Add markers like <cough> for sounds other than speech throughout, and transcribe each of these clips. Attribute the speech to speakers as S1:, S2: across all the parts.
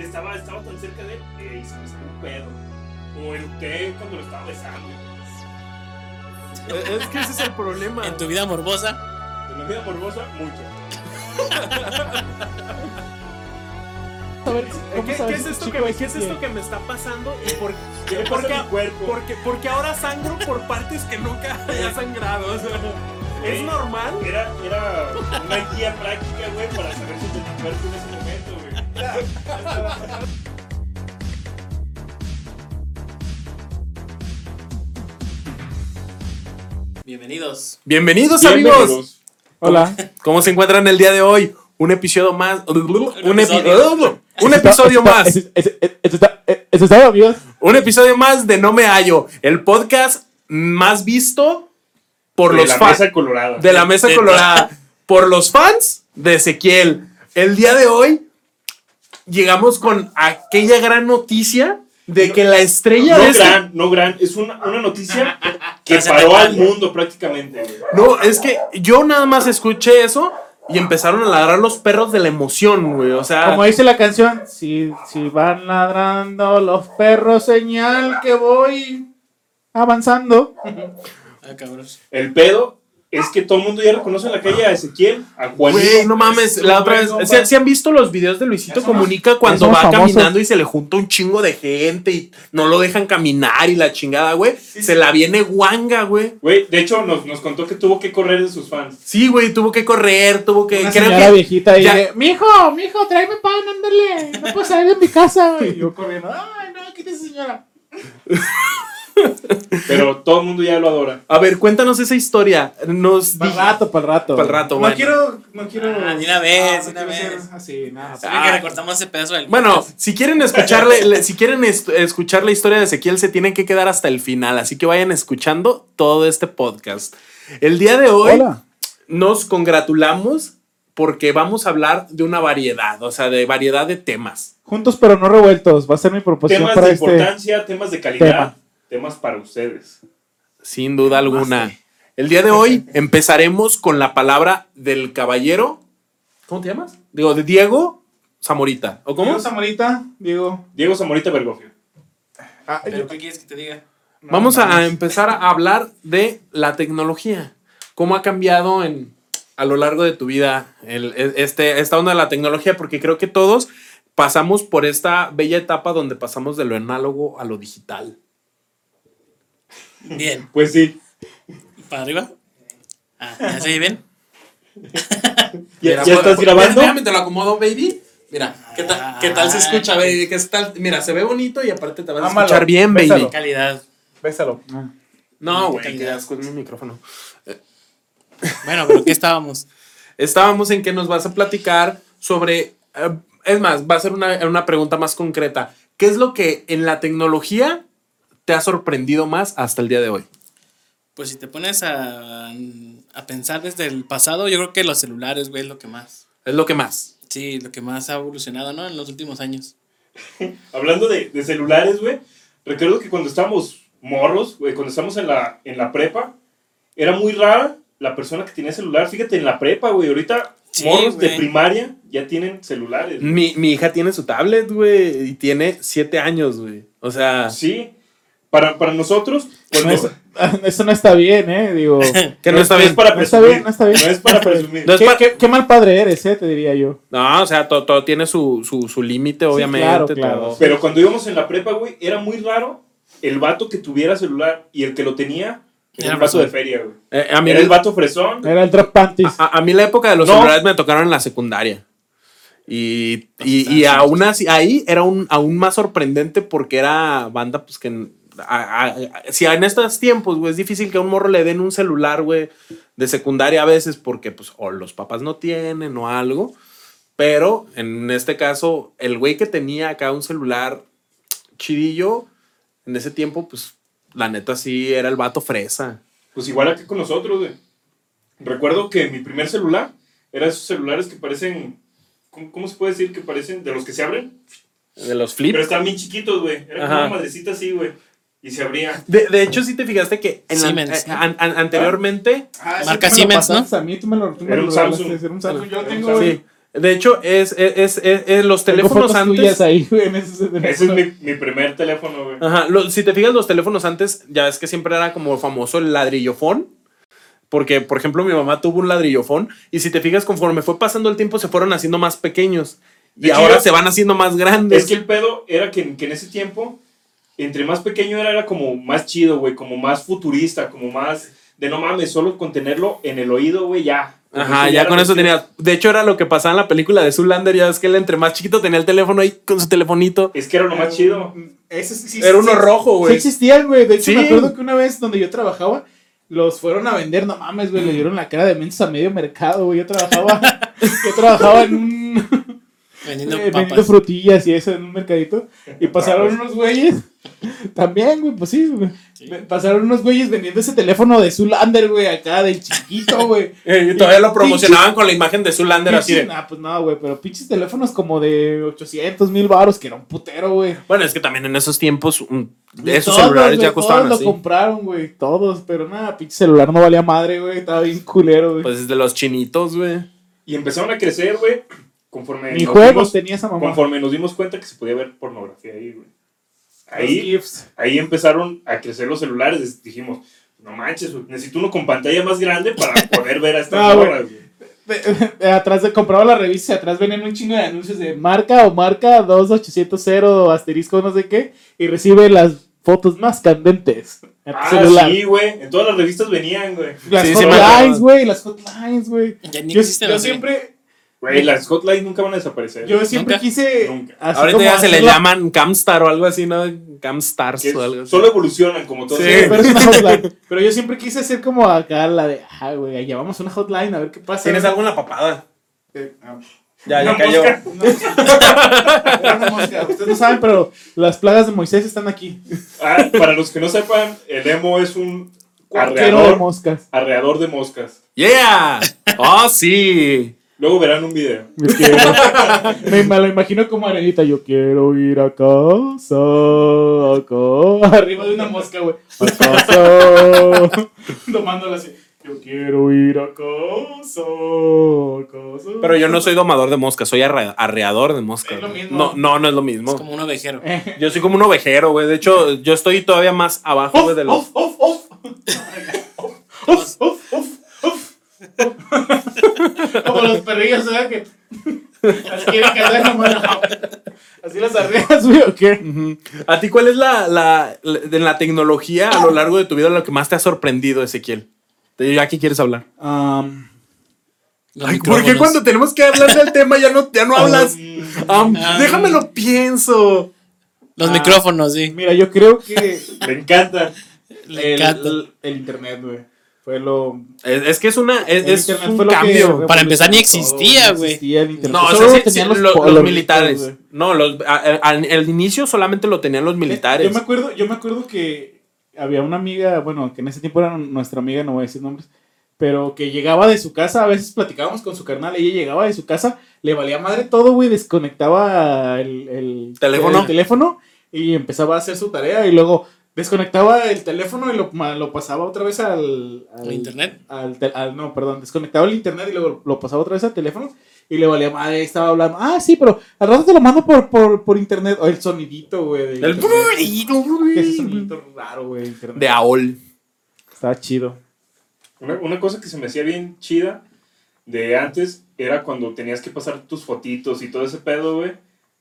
S1: estaba, estaba tan cerca de él eh, y se me salió un pedo. O eructé cuando lo estaba besando.
S2: Eh, Es que ese es el problema.
S3: En tu vida morbosa.
S1: En la vida morbosa, mucho.
S4: Saber-
S2: ¿Qué,
S4: ¿cómo
S2: qué
S4: saber
S2: es
S4: si un
S2: esto
S4: chico
S2: que, me-
S4: es
S2: qué es esto
S4: infiel?
S2: que me está pasando? ¿Y por,
S1: este ¿Qué le
S2: por
S1: pasa a
S2: qué-
S1: mi cuerpo?
S2: porque, porque ahora sangro por partes que nunca <laughs> había sangrado. o sea, ¿Es
S1: Sí.
S2: normal?
S1: Era, era una guía práctica, güey, para saber si te cuerpo en ese momento, güey.
S3: Bienvenidos.
S2: Bienvenidos, amigos.
S1: Bienvenidos.
S4: Hola.
S2: ¿Cómo se encuentran el día de hoy? Un episodio más. Un,
S3: episodio.
S2: epi- un episodio más.
S4: Eso está- eso está- eso está, amigos.
S2: Un episodio más de No Me Hallo. El podcast más visto por
S1: De
S2: los
S1: la
S2: fans.
S1: mesa colorada.
S2: de la mesa
S3: De-
S2: colorada por los fans de Ezequiel. El día de hoy llegamos con aquella gran noticia de que la estrella de
S1: No
S2: este-
S1: gran, no gran. Es una, una
S2: <laughs>
S1: noticia que paró
S3: Trascendental.
S1: al mundo prácticamente, güey.
S2: No, es que yo nada más escuché eso y empezaron a ladrar los perros de la emoción, güey. O sea,
S4: Como dice la canción, si, si van ladrando los perros, señal que voy avanzando.
S3: Ah, cabrón.
S1: El pedo es que todo el mundo ya reconoce en la calle a Ezequiel, a Juanito.
S2: güey, no mames. La otra vez,
S1: Compa.
S2: ¿se, se han visto los videos de Luisito Comunica cuando
S4: somos
S2: va
S4: famosos.
S2: caminando y se le junta un chingo de gente y no lo dejan caminar y la chingada, güey? se la viene guanga, güey.
S1: Güey, de hecho, nos, nos contó que tuvo que correr de sus fans.
S2: Sí, güey, tuvo que correr, tuvo que.
S4: Una
S2: Eh, creo
S4: señora
S2: que-
S4: viejita ahí
S2: ya-
S4: de, mijo, mijo, tráeme pan, ándale. No puedes salir de mi
S2: <laughs>
S4: casa. Y yo corriendo, ay, no, quítese, señora.
S1: Pero todo el mundo ya lo adora.
S2: A ver, cuéntanos esa historia. Nos
S4: Para el
S2: di-
S4: rato, para el rato.
S2: Pa'l rato,
S4: no
S2: bueno.
S4: quiero, no quiero.
S3: Ah, de una vez,
S4: no
S3: de una
S4: quiero
S3: vez.
S4: ser Así, nada.
S2: Ah.
S3: Se ve que recortamos ese pedazo del.
S2: Bueno, si quieren escucharle, le- si quieren est- escuchar la historia de Ezequiel, se tienen que quedar hasta el final. Así que vayan escuchando todo este podcast. El día de hoy
S4: Hola.
S2: nos congratulamos porque vamos a hablar de una variedad, o sea, de variedad de temas.
S4: Juntos pero no revueltos. Va a ser mi proposición
S1: temas
S4: para
S1: de
S4: este.
S1: importancia, temas de calidad,
S4: tema.
S1: temas para ustedes.
S2: Sin duda alguna. El día de hoy empezaremos con la palabra del caballero. ¿Cómo te llamas? Digo, de Diego Zamorita. ¿O cómo?
S4: ¿Cómo, Samorita? Digo.
S1: Diego Zamorita Bergofio.
S4: ah,
S3: ¿Pero qué quieres que te diga?
S4: no,
S2: Vamos
S4: no,
S2: a empezar a hablar de la tecnología. ¿Cómo ha cambiado en, a lo largo de tu vida el- e- este, esta onda de la tecnología? Porque creo que todos pasamos por esta bella etapa donde pasamos de lo análogo a lo digital.
S3: Bien.
S1: Pues sí.
S3: ¿Para arriba? Ah, ¿ya se oye bien?
S1: ¿Ya,
S2: Mira,
S1: ya
S2: pues,
S1: estás
S2: pues,
S1: grabando?
S2: Espérame, te lo acomodo, baby. Mira, ¿qué, tal- qué tal se
S3: Ah.
S2: escucha, baby? ¿Qué tal? Mira, se ve bonito y aparte te vas a
S4: Ámalo,
S2: escuchar bien,
S4: bésalo.
S2: baby.
S3: Calidad.
S4: Bésalo. Ah.
S2: No,
S3: Qué
S2: güey, qué
S3: calidad.
S2: asco, es mi micrófono.
S3: Bueno, pero ¿qué estábamos?
S2: Estábamos en que nos vas a platicar sobre, eh, es más, va a ser una, una pregunta más concreta. ¿Qué es lo que en la tecnología te ha sorprendido más hasta el día de hoy?
S3: Pues si te pones a, a pensar desde el pasado, yo creo que los celulares, güey, es lo que más.
S2: Es lo que más.
S3: Sí, lo que más ha evolucionado, ¿no? En los últimos años.
S1: Hablando de, de celulares, güey. Recuerdo que cuando estábamos morros, güey, cuando estábamos en la, en la prepa, era muy rara la persona que tenía celular. Fíjate, en la prepa, güey. Ahorita
S3: Sí,
S1: morros de
S3: güey.
S1: primaria ya tienen celulares.
S2: Mi, mi hija tiene su tablet, güey, y tiene siete años, güey. O sea,
S1: Sí. Para, para nosotros,
S4: Pues No
S1: cuando-
S4: es- <laughs> eso no está bien,
S2: <laughs>
S4: eh. Digo. No
S2: que no está bien.
S1: para
S4: No está bien, no está bien.
S1: No es para
S4: <laughs>
S1: presumir.
S2: No es
S4: ¿Qué,
S2: para-
S4: qué- qué mal padre eres, eh, te diría yo.
S2: No, o sea, todo, todo tiene su, su, su límite, obviamente.
S4: claro, claro.
S2: todo.
S1: Pero cuando íbamos en la prepa, güey, era muy raro el vato que tuviera celular y el que lo tenía era
S3: Era
S1: el vato
S3: fresón.
S1: de feria, güey.
S2: Eh, a, mí,
S1: Era el vato fresón.
S4: Era el drop panties.
S2: a, a mí la época de los
S1: No.
S2: celulares me tocaron en la secundaria. Y, y, y aún así, ahí era un, aún más sorprendente porque era banda, pues que. a- a- si en estos tiempos, güey, es difícil que a un morro le den un celular, güey, de secundaria a veces porque, pues, o los papás no tienen o algo. Pero en este caso, el güey que tenía acá un celular chidillo, en ese tiempo, pues, la neta sí era el vato fresa.
S1: Pues igual aquí con nosotros, güey. Recuerdo que mi primer celular era esos celulares que parecen. ¿Cómo, cómo se puede decir que parecen? De los que se abren.
S2: De los
S1: Pero
S2: flips.
S1: están bien chiquitos, güey. Era
S2: Ajá.
S1: como una madrecita así, güey. Y se abría.
S2: De, de hecho, sí te fijaste que en la-
S3: Siemens,
S2: eh,
S3: ¿no?
S2: an- an- anteriormente,
S4: Ah,
S3: Marca Siemens, ¿no?
S4: A mí, tú me lo, tú me
S1: Era
S4: lo
S1: un
S4: regalaste,
S1: Samsung.
S4: era un Samsung. Yo
S1: Era un
S4: tengo
S1: Samsung.
S4: el-
S2: sí, De hecho, es, es, es- es- es- los
S4: Tengo
S2: teléfonos
S4: fotos
S2: antes.
S4: tuyas ahí, <laughs> güey, en ese- en
S1: Ese es mi, mi primer teléfono, güey.
S2: Ajá, lo- si te fijas, los teléfonos antes, ya ves que siempre era como famoso el ladrillofón. Porque, por ejemplo, mi mamá tuvo un ladrillofón y si te fijas, conforme fue pasando el tiempo, se fueron haciendo más pequeños.
S1: De
S2: Y
S1: hecho,
S2: ahora
S1: yo-
S2: se van haciendo más grandes.
S1: Es que el pedo era que, que en ese tiempo, entre más pequeño era, era como más chido, güey, como más futurista, como más de no mames, solo con tenerlo en el oído, güey, ya. Con
S2: Ajá,
S1: eso
S2: ya
S1: era
S2: con
S1: lo
S2: eso
S1: que-
S2: tenía. De hecho, era lo que pasaba en la película de Zoolander. Ya ves que él entre más chiquito tenía el teléfono ahí con su telefonito.
S1: Es que era lo más chido.
S4: Mm, Ese sí- sí-
S2: Era uno
S4: sí-
S2: rojo,
S4: Sí
S2: güey.
S4: existían, güey. De hecho,
S2: Sí.
S4: me acuerdo que una vez donde yo trabajaba, los fueron a vender, no mames, güey. Le dieron la cara de mensos a medio mercado, güey. Yo trabajaba,
S2: <laughs>
S4: yo trabajaba en un
S3: Vendiendo
S4: eh, vendiendo
S3: papas.
S4: frutillas y eso en un mercadito. Y pasaron
S1: Papas.
S4: unos güeyes. También, güey, pues sí, güey.
S3: Sí.
S4: Ve- Pasaron unos güeyes vendiendo ese teléfono de Zulander, güey, acá del chiquito, güey.
S2: <laughs> Eh, y todavía lo promocionaban con la imagen de Zoolander así de.
S4: Ah, pues no, güey, pero pinches teléfonos como de 800 mil baros, que era un putero, güey.
S2: Bueno, es que también en esos tiempos, mm,
S4: Y
S2: esos
S4: todos,
S2: celulares
S4: güey,
S2: ya costaban
S4: Todos
S2: así.
S4: lo compraron, güey, todos, pero nada, pinche celular no valía madre, güey, estaba bien culero, güey.
S2: Pues de los chinitos, güey.
S1: Y empezaron a crecer, güey, conforme,
S4: Ni
S1: nos
S4: juegos
S1: dimos-
S4: tenía esa mamá.
S1: conforme nos dimos cuenta que se podía ver pornografía ahí, güey.
S4: Los
S1: Ahí,
S4: GIFs.
S1: ahí empezaron a crecer los celulares. Dijimos, no manches, güey, necesito uno con pantalla más grande para <laughs> poder ver a estas
S4: No, Ah, güey.
S1: morras, güey.
S4: De- de- de eh, atrás de, compraba la revista y atrás venían un chingo de anuncios de marca o marca 2800 asterisco no sé qué y recibe las fotos más candentes a tu
S1: Ah,
S4: celular.
S1: sí, güey. En todas las revistas venían, güey.
S4: Las
S2: Sí, sí me
S4: hotlines,
S2: acuerdo.
S4: güey, las hotlines, güey.
S3: Ya ni
S4: Yo,
S3: existe
S4: yo
S3: la serie.
S4: siempre,
S1: Güey, las hotlines nunca van a desaparecer.
S4: yo siempre
S3: Nunca.
S4: quise
S1: Nunca.
S4: así
S2: Ahorita
S4: como
S2: ya se le
S4: hacerla-
S2: llaman Camstar o algo así, ¿no? Camstars
S1: Que
S2: o algo así.
S1: solo evolucionan como todo.
S2: Sí.
S1: Sí.
S4: <laughs> Pero, es
S2: <laughs>
S4: una hotline. Pero yo siempre quise hacer como acá la de, ah, güey, ahí llevamos una hotline, a ver qué pasa.
S2: Tienes algo en la papada.
S4: Eh, ah,
S2: Ya,
S1: Una
S2: ya cayó.
S1: mosca.
S4: no. Era una mosca. Ustedes no saben, pero las plagas de Moisés están aquí.
S1: Ah, para los que no sepan, el emo es un
S4: Arquero de
S1: arreador,
S4: moscas.
S1: arreador de moscas.
S4: <laughs>
S2: ¡Yeah! ¡Oh, sí!
S1: Luego verán un video.
S4: Yo quiero- Me, me lo imagino como arenita. Yo quiero ir a casa, a casa. Arriba de una mosca, güey. A casa. <laughs> Tomándola así. Yo quiero ir a casa, a casa.
S2: Pero yo no soy domador de moscas, soy arre- arreador de moscas.
S4: Es lo
S2: güey.
S4: mismo.
S2: No, no, no es lo mismo.
S3: Es como un ovejero.
S4: Eh.
S2: Yo soy como un ovejero, güey. De hecho, yo estoy todavía más abajo, güey, de los.
S4: Uf, uf, uf. <laughs> Uf, uf, uf, uf. Como los perrillos, ¿sabes? Que las quieren caer nomás. Así las arreas, güey, o qué.
S2: Ujú. ¿A ti cuál es la, la, la- de la tecnología a lo largo de tu vida lo que más te ha sorprendido, Ezequiel? De- ¿Ya qué quieres hablar?
S3: Los
S2: ¿Por qué
S3: micrófonos.
S2: cuando tenemos que hablar
S4: <laughs>
S2: del tema ya no, ya no hablas?
S1: Mm,
S2: Am,
S3: Ah.
S2: déjamelo pienso.
S3: Los
S4: Ah.
S3: micrófonos, sí.
S4: Mira, yo creo que
S1: me encanta.
S3: <laughs> Le
S4: el,
S3: encanta.
S4: el- el internet, güey. Fue lo.
S2: Es, es que es una.
S4: el
S2: Es, es
S4: internet
S2: un
S4: fue lo que
S2: cambio.
S4: revolucionó
S3: Para empezar, ni
S4: todo,
S3: existía,
S4: no
S3: güey.
S4: existía el internet.
S2: No, o
S4: Solo
S2: sea, sí, sí,
S4: tenían
S2: lo- los,
S4: polos,
S2: militares.
S4: güey.
S2: No, los, a- a- al- el inicio solamente lo tenían los militares.
S4: Eh, Yo me acuerdo, yo me acuerdo que había una amiga, bueno, que en ese tiempo era nuestra amiga, no voy a decir nombres, pero que llegaba de su casa, a veces platicábamos con su carnal, ella llegaba de su casa, le valía madre todo, güey, desconectaba el, el-
S2: Teléfono.
S4: el teléfono y empezaba a hacer su tarea y luego desconectaba el teléfono y lo, ma- lo pasaba otra vez al, al
S3: ¿Al internet?
S4: al tel- al- no, perdón, desconectaba el internet y luego lo pasaba otra vez al teléfono y le valía madre, estaba hablando, ah, sí, pero al rato te lo mando por, por, por internet, o el sonidito, güey. del
S2: El
S4: internet. Que Ese sonidito raro, güey, de internet.
S2: de AOL.
S4: Estaba chido.
S1: Una, una cosa que se me hacía bien chida de antes era cuando tenías que pasar tus fotitos y todo ese pedo, güey.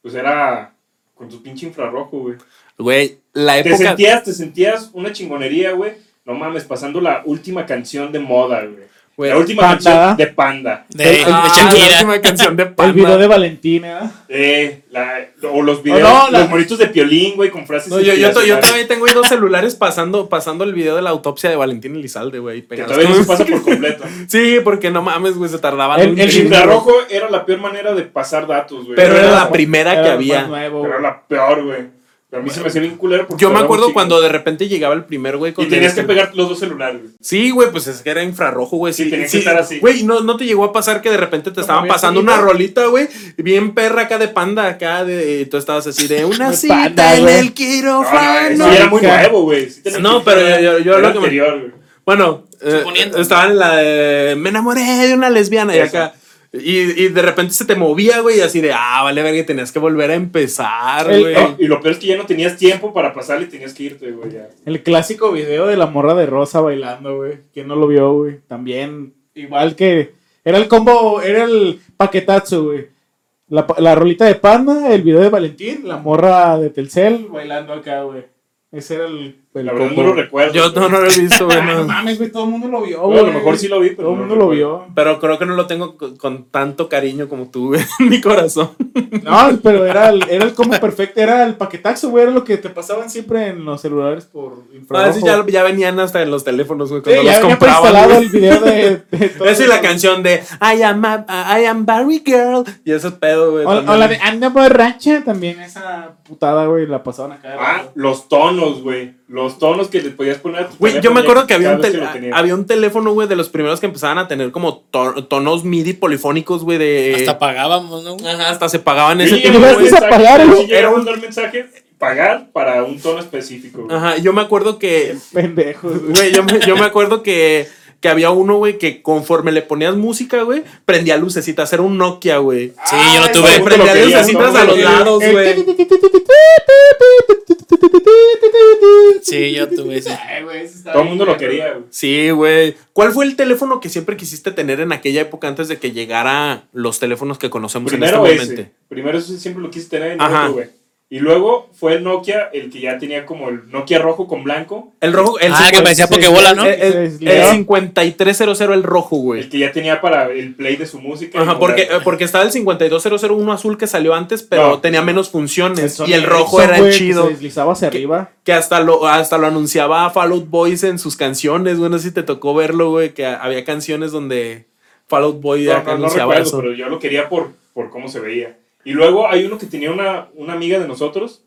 S1: Pues era con tu pinche infrarrojo, güey.
S2: Güey, la
S1: Te
S2: época.
S1: sentías, te sentías una chingonería, güey. No mames, pasando la última canción de moda, güey.
S2: güey,
S1: la última
S4: Panda.
S1: canción de Panda.
S3: De, de
S2: ah, la
S3: Shakira.
S2: última canción de
S4: <laughs> El video
S2: Panda.
S4: de Valentina.
S1: Eh, la- o los videos,
S4: no, la-
S1: los monitos de piolín, güey, con frases.
S2: No, yo, yo, to- yo
S1: inspiracionales.
S2: todavía tengo ahí dos celulares pasando, pasando el video de la autopsia de Valentín Elizalde, güey.
S1: Que
S2: pegados.
S1: todavía no se pasa por completo.
S2: <laughs> Sí, porque no mames, güey, se tardaban
S4: El-
S2: un
S4: el
S2: chingo.
S1: infrarrojo era la peor manera de pasar datos, güey.
S2: Pero era la
S4: más-
S2: primera
S4: era
S2: que
S4: lo
S2: había.
S4: más nuevo,
S1: Pero era
S4: güey.
S1: la peor, güey. A mí se me hacía bien culero porque
S2: Yo me
S1: tardaba un
S2: acuerdo
S1: chingo.
S2: cuando de repente llegaba el primer güey con
S1: Y tenías
S2: este-
S1: que pegar los dos celulares, güey.
S2: Sí, güey, pues es que era infrarrojo, güey.
S1: Sí, tenía que estar así.
S2: Güey, no, no te llegó a pasar que de repente te estaban
S4: había
S2: pasando
S4: sonido.
S2: una rolita, güey, bien perra acá de panda, acá de. y tú estabas así de una
S4: <laughs> De
S2: cita
S4: panda,
S2: en
S4: güey.
S2: el
S1: No, Ah, no,
S2: quirófano.
S1: eso ya era muy
S4: Marica.
S1: nuevo, güey. Sí tenías
S2: No,
S1: que-
S2: pero yo- yo- yo
S1: era
S2: lo que me-
S1: anterior, güey.
S2: Bueno, eh,
S3: Suponiendo.
S2: estaba en la de. Me enamoré de una lesbiana y
S1: Esa.
S2: acá. Y, y de repente se te movía, güey, y así de, ah, vale, verga, tenías que volver a empezar,
S4: El-
S2: güey.
S1: No, y lo peor es que ya no tenías tiempo para pasar y tenías que irte, güey. ya.
S4: El clásico video de la morra de Rosa bailando, güey. ¿Quién no lo vio, güey? También, igual que. Era el combo, era el paquetazo, güey. La, pa- la rolita de Panda, el video de Valentín, la morra de Telcel bailando acá, güey. Ese era el. el
S1: La verdad
S4: combo.
S1: no lo recuerdo.
S2: Yo no, no lo he visto, güey.
S4: Ah,
S2: no.
S4: <laughs> no mames, güey, todo el mundo lo vio,
S1: Bueno,
S4: güey.
S1: a lo mejor sí lo vi, pero
S4: Todo el
S1: no
S4: mundo lo
S1: recuerdo.
S4: vio.
S2: Pero creo que no lo tengo con, con tanto cariño como tú, güey, <laughs> en mi corazón.
S4: No, pero era el, era el combo perfecto, era el paquetazo, güey. Era lo que te pasaban siempre en los celulares por infrarrojo.
S2: Así Ah, ya, ya venían hasta en los teléfonos, güey,
S4: Sí,
S2: cuando
S4: ya
S2: los
S4: venía
S2: compraban.
S4: preinstalado el
S2: güey.
S4: video
S2: <laughs>
S4: de. de todo
S2: Esa y
S4: eso.
S2: la canción de I am, a- I am Barry Girl. Y ese pedo, güey.
S4: O, o
S2: también.
S4: la de Anda Borracha también, esa putada, güey, la pasaban acá.
S1: Ah, los tonos, güey. Los tonos que le podías poner a tu
S2: Güey, yo
S1: teléfono
S2: me acuerdo que
S1: ya
S2: había un,
S1: cada
S2: tel-
S1: vez que lo tenías.
S2: había un teléfono, güey, de los primeros que empezaban a tener como to- tonos MIDI polifónicos, güey, de...
S4: Eh,
S3: Hasta pagábamos, ¿no?
S2: Ajá, hasta se pagaban
S1: Sí,
S2: ese
S1: llegaba
S2: tipo,
S1: un
S4: ibas a
S1: mensaje,
S2: güey.
S4: pagar,
S1: sí,
S4: ¿no?
S1: llegaba
S2: Era un-
S1: un dar mensaje, pagar para un tono específico. güey.
S2: Ajá, yo me acuerdo que...
S4: Pendejos, güey.
S2: Güey, yo me, yo me acuerdo que, que había uno, güey, que conforme le ponías música, güey, prendía lucecitas. Era un Nokia, güey.
S3: Sí, yo lo
S4: Ay,
S3: tuve.
S2: Güey,
S1: ¿cómo te lo
S2: prendía
S1: querías?
S2: lucecitas
S1: ¿Cómo
S2: a
S1: te
S2: los
S1: querías?
S2: lados,
S4: El-
S2: güey.
S3: Sí, yo tuve ese.
S4: Ay, güey, eso está
S1: Todo el
S4: bien,
S1: mundo lo
S4: güey.
S1: quería, güey.
S2: Sí, güey. ¿Cuál fue el teléfono que siempre quisiste tener en aquella época antes de que llegara los teléfonos que conocemos
S1: Primero
S2: en este momento?
S1: ese. Primero eso siempre lo quise tener en
S2: Ajá.
S1: Nokia, güey. Y luego fue el Nokia, el que ya tenía como el Nokia rojo con blanco,
S2: El rojo, el,
S3: Ah, que
S2: cincuenta-
S3: parecía
S4: sí,
S3: Pokébola, ¿no?
S4: eh,
S2: el, el- el 5300, el rojo, güey.
S1: el que ya tenía para el play de su música.
S2: Ajá,
S1: Y
S2: porque,
S1: para-
S2: eh, porque estaba el 52001 azul que salió antes, pero
S1: No.
S2: tenía menos funciones.
S4: Sony
S2: y el rojo
S4: Ericsson,
S2: era el
S4: güey, que
S2: chido.
S4: Se deslizaba hacia
S2: Que-
S4: arriba.
S2: Que hasta lo, hasta lo anunciaba Fallout Boys en sus canciones, güey. No sé si te tocó verlo, güey. Que había canciones donde Fallout Boy
S1: No, no,
S2: acá
S1: no
S2: anunciaba
S1: recuerdo,
S2: eso.
S1: pero yo lo quería por, por cómo se veía. Y luego hay uno que tenía una, una amiga de nosotros,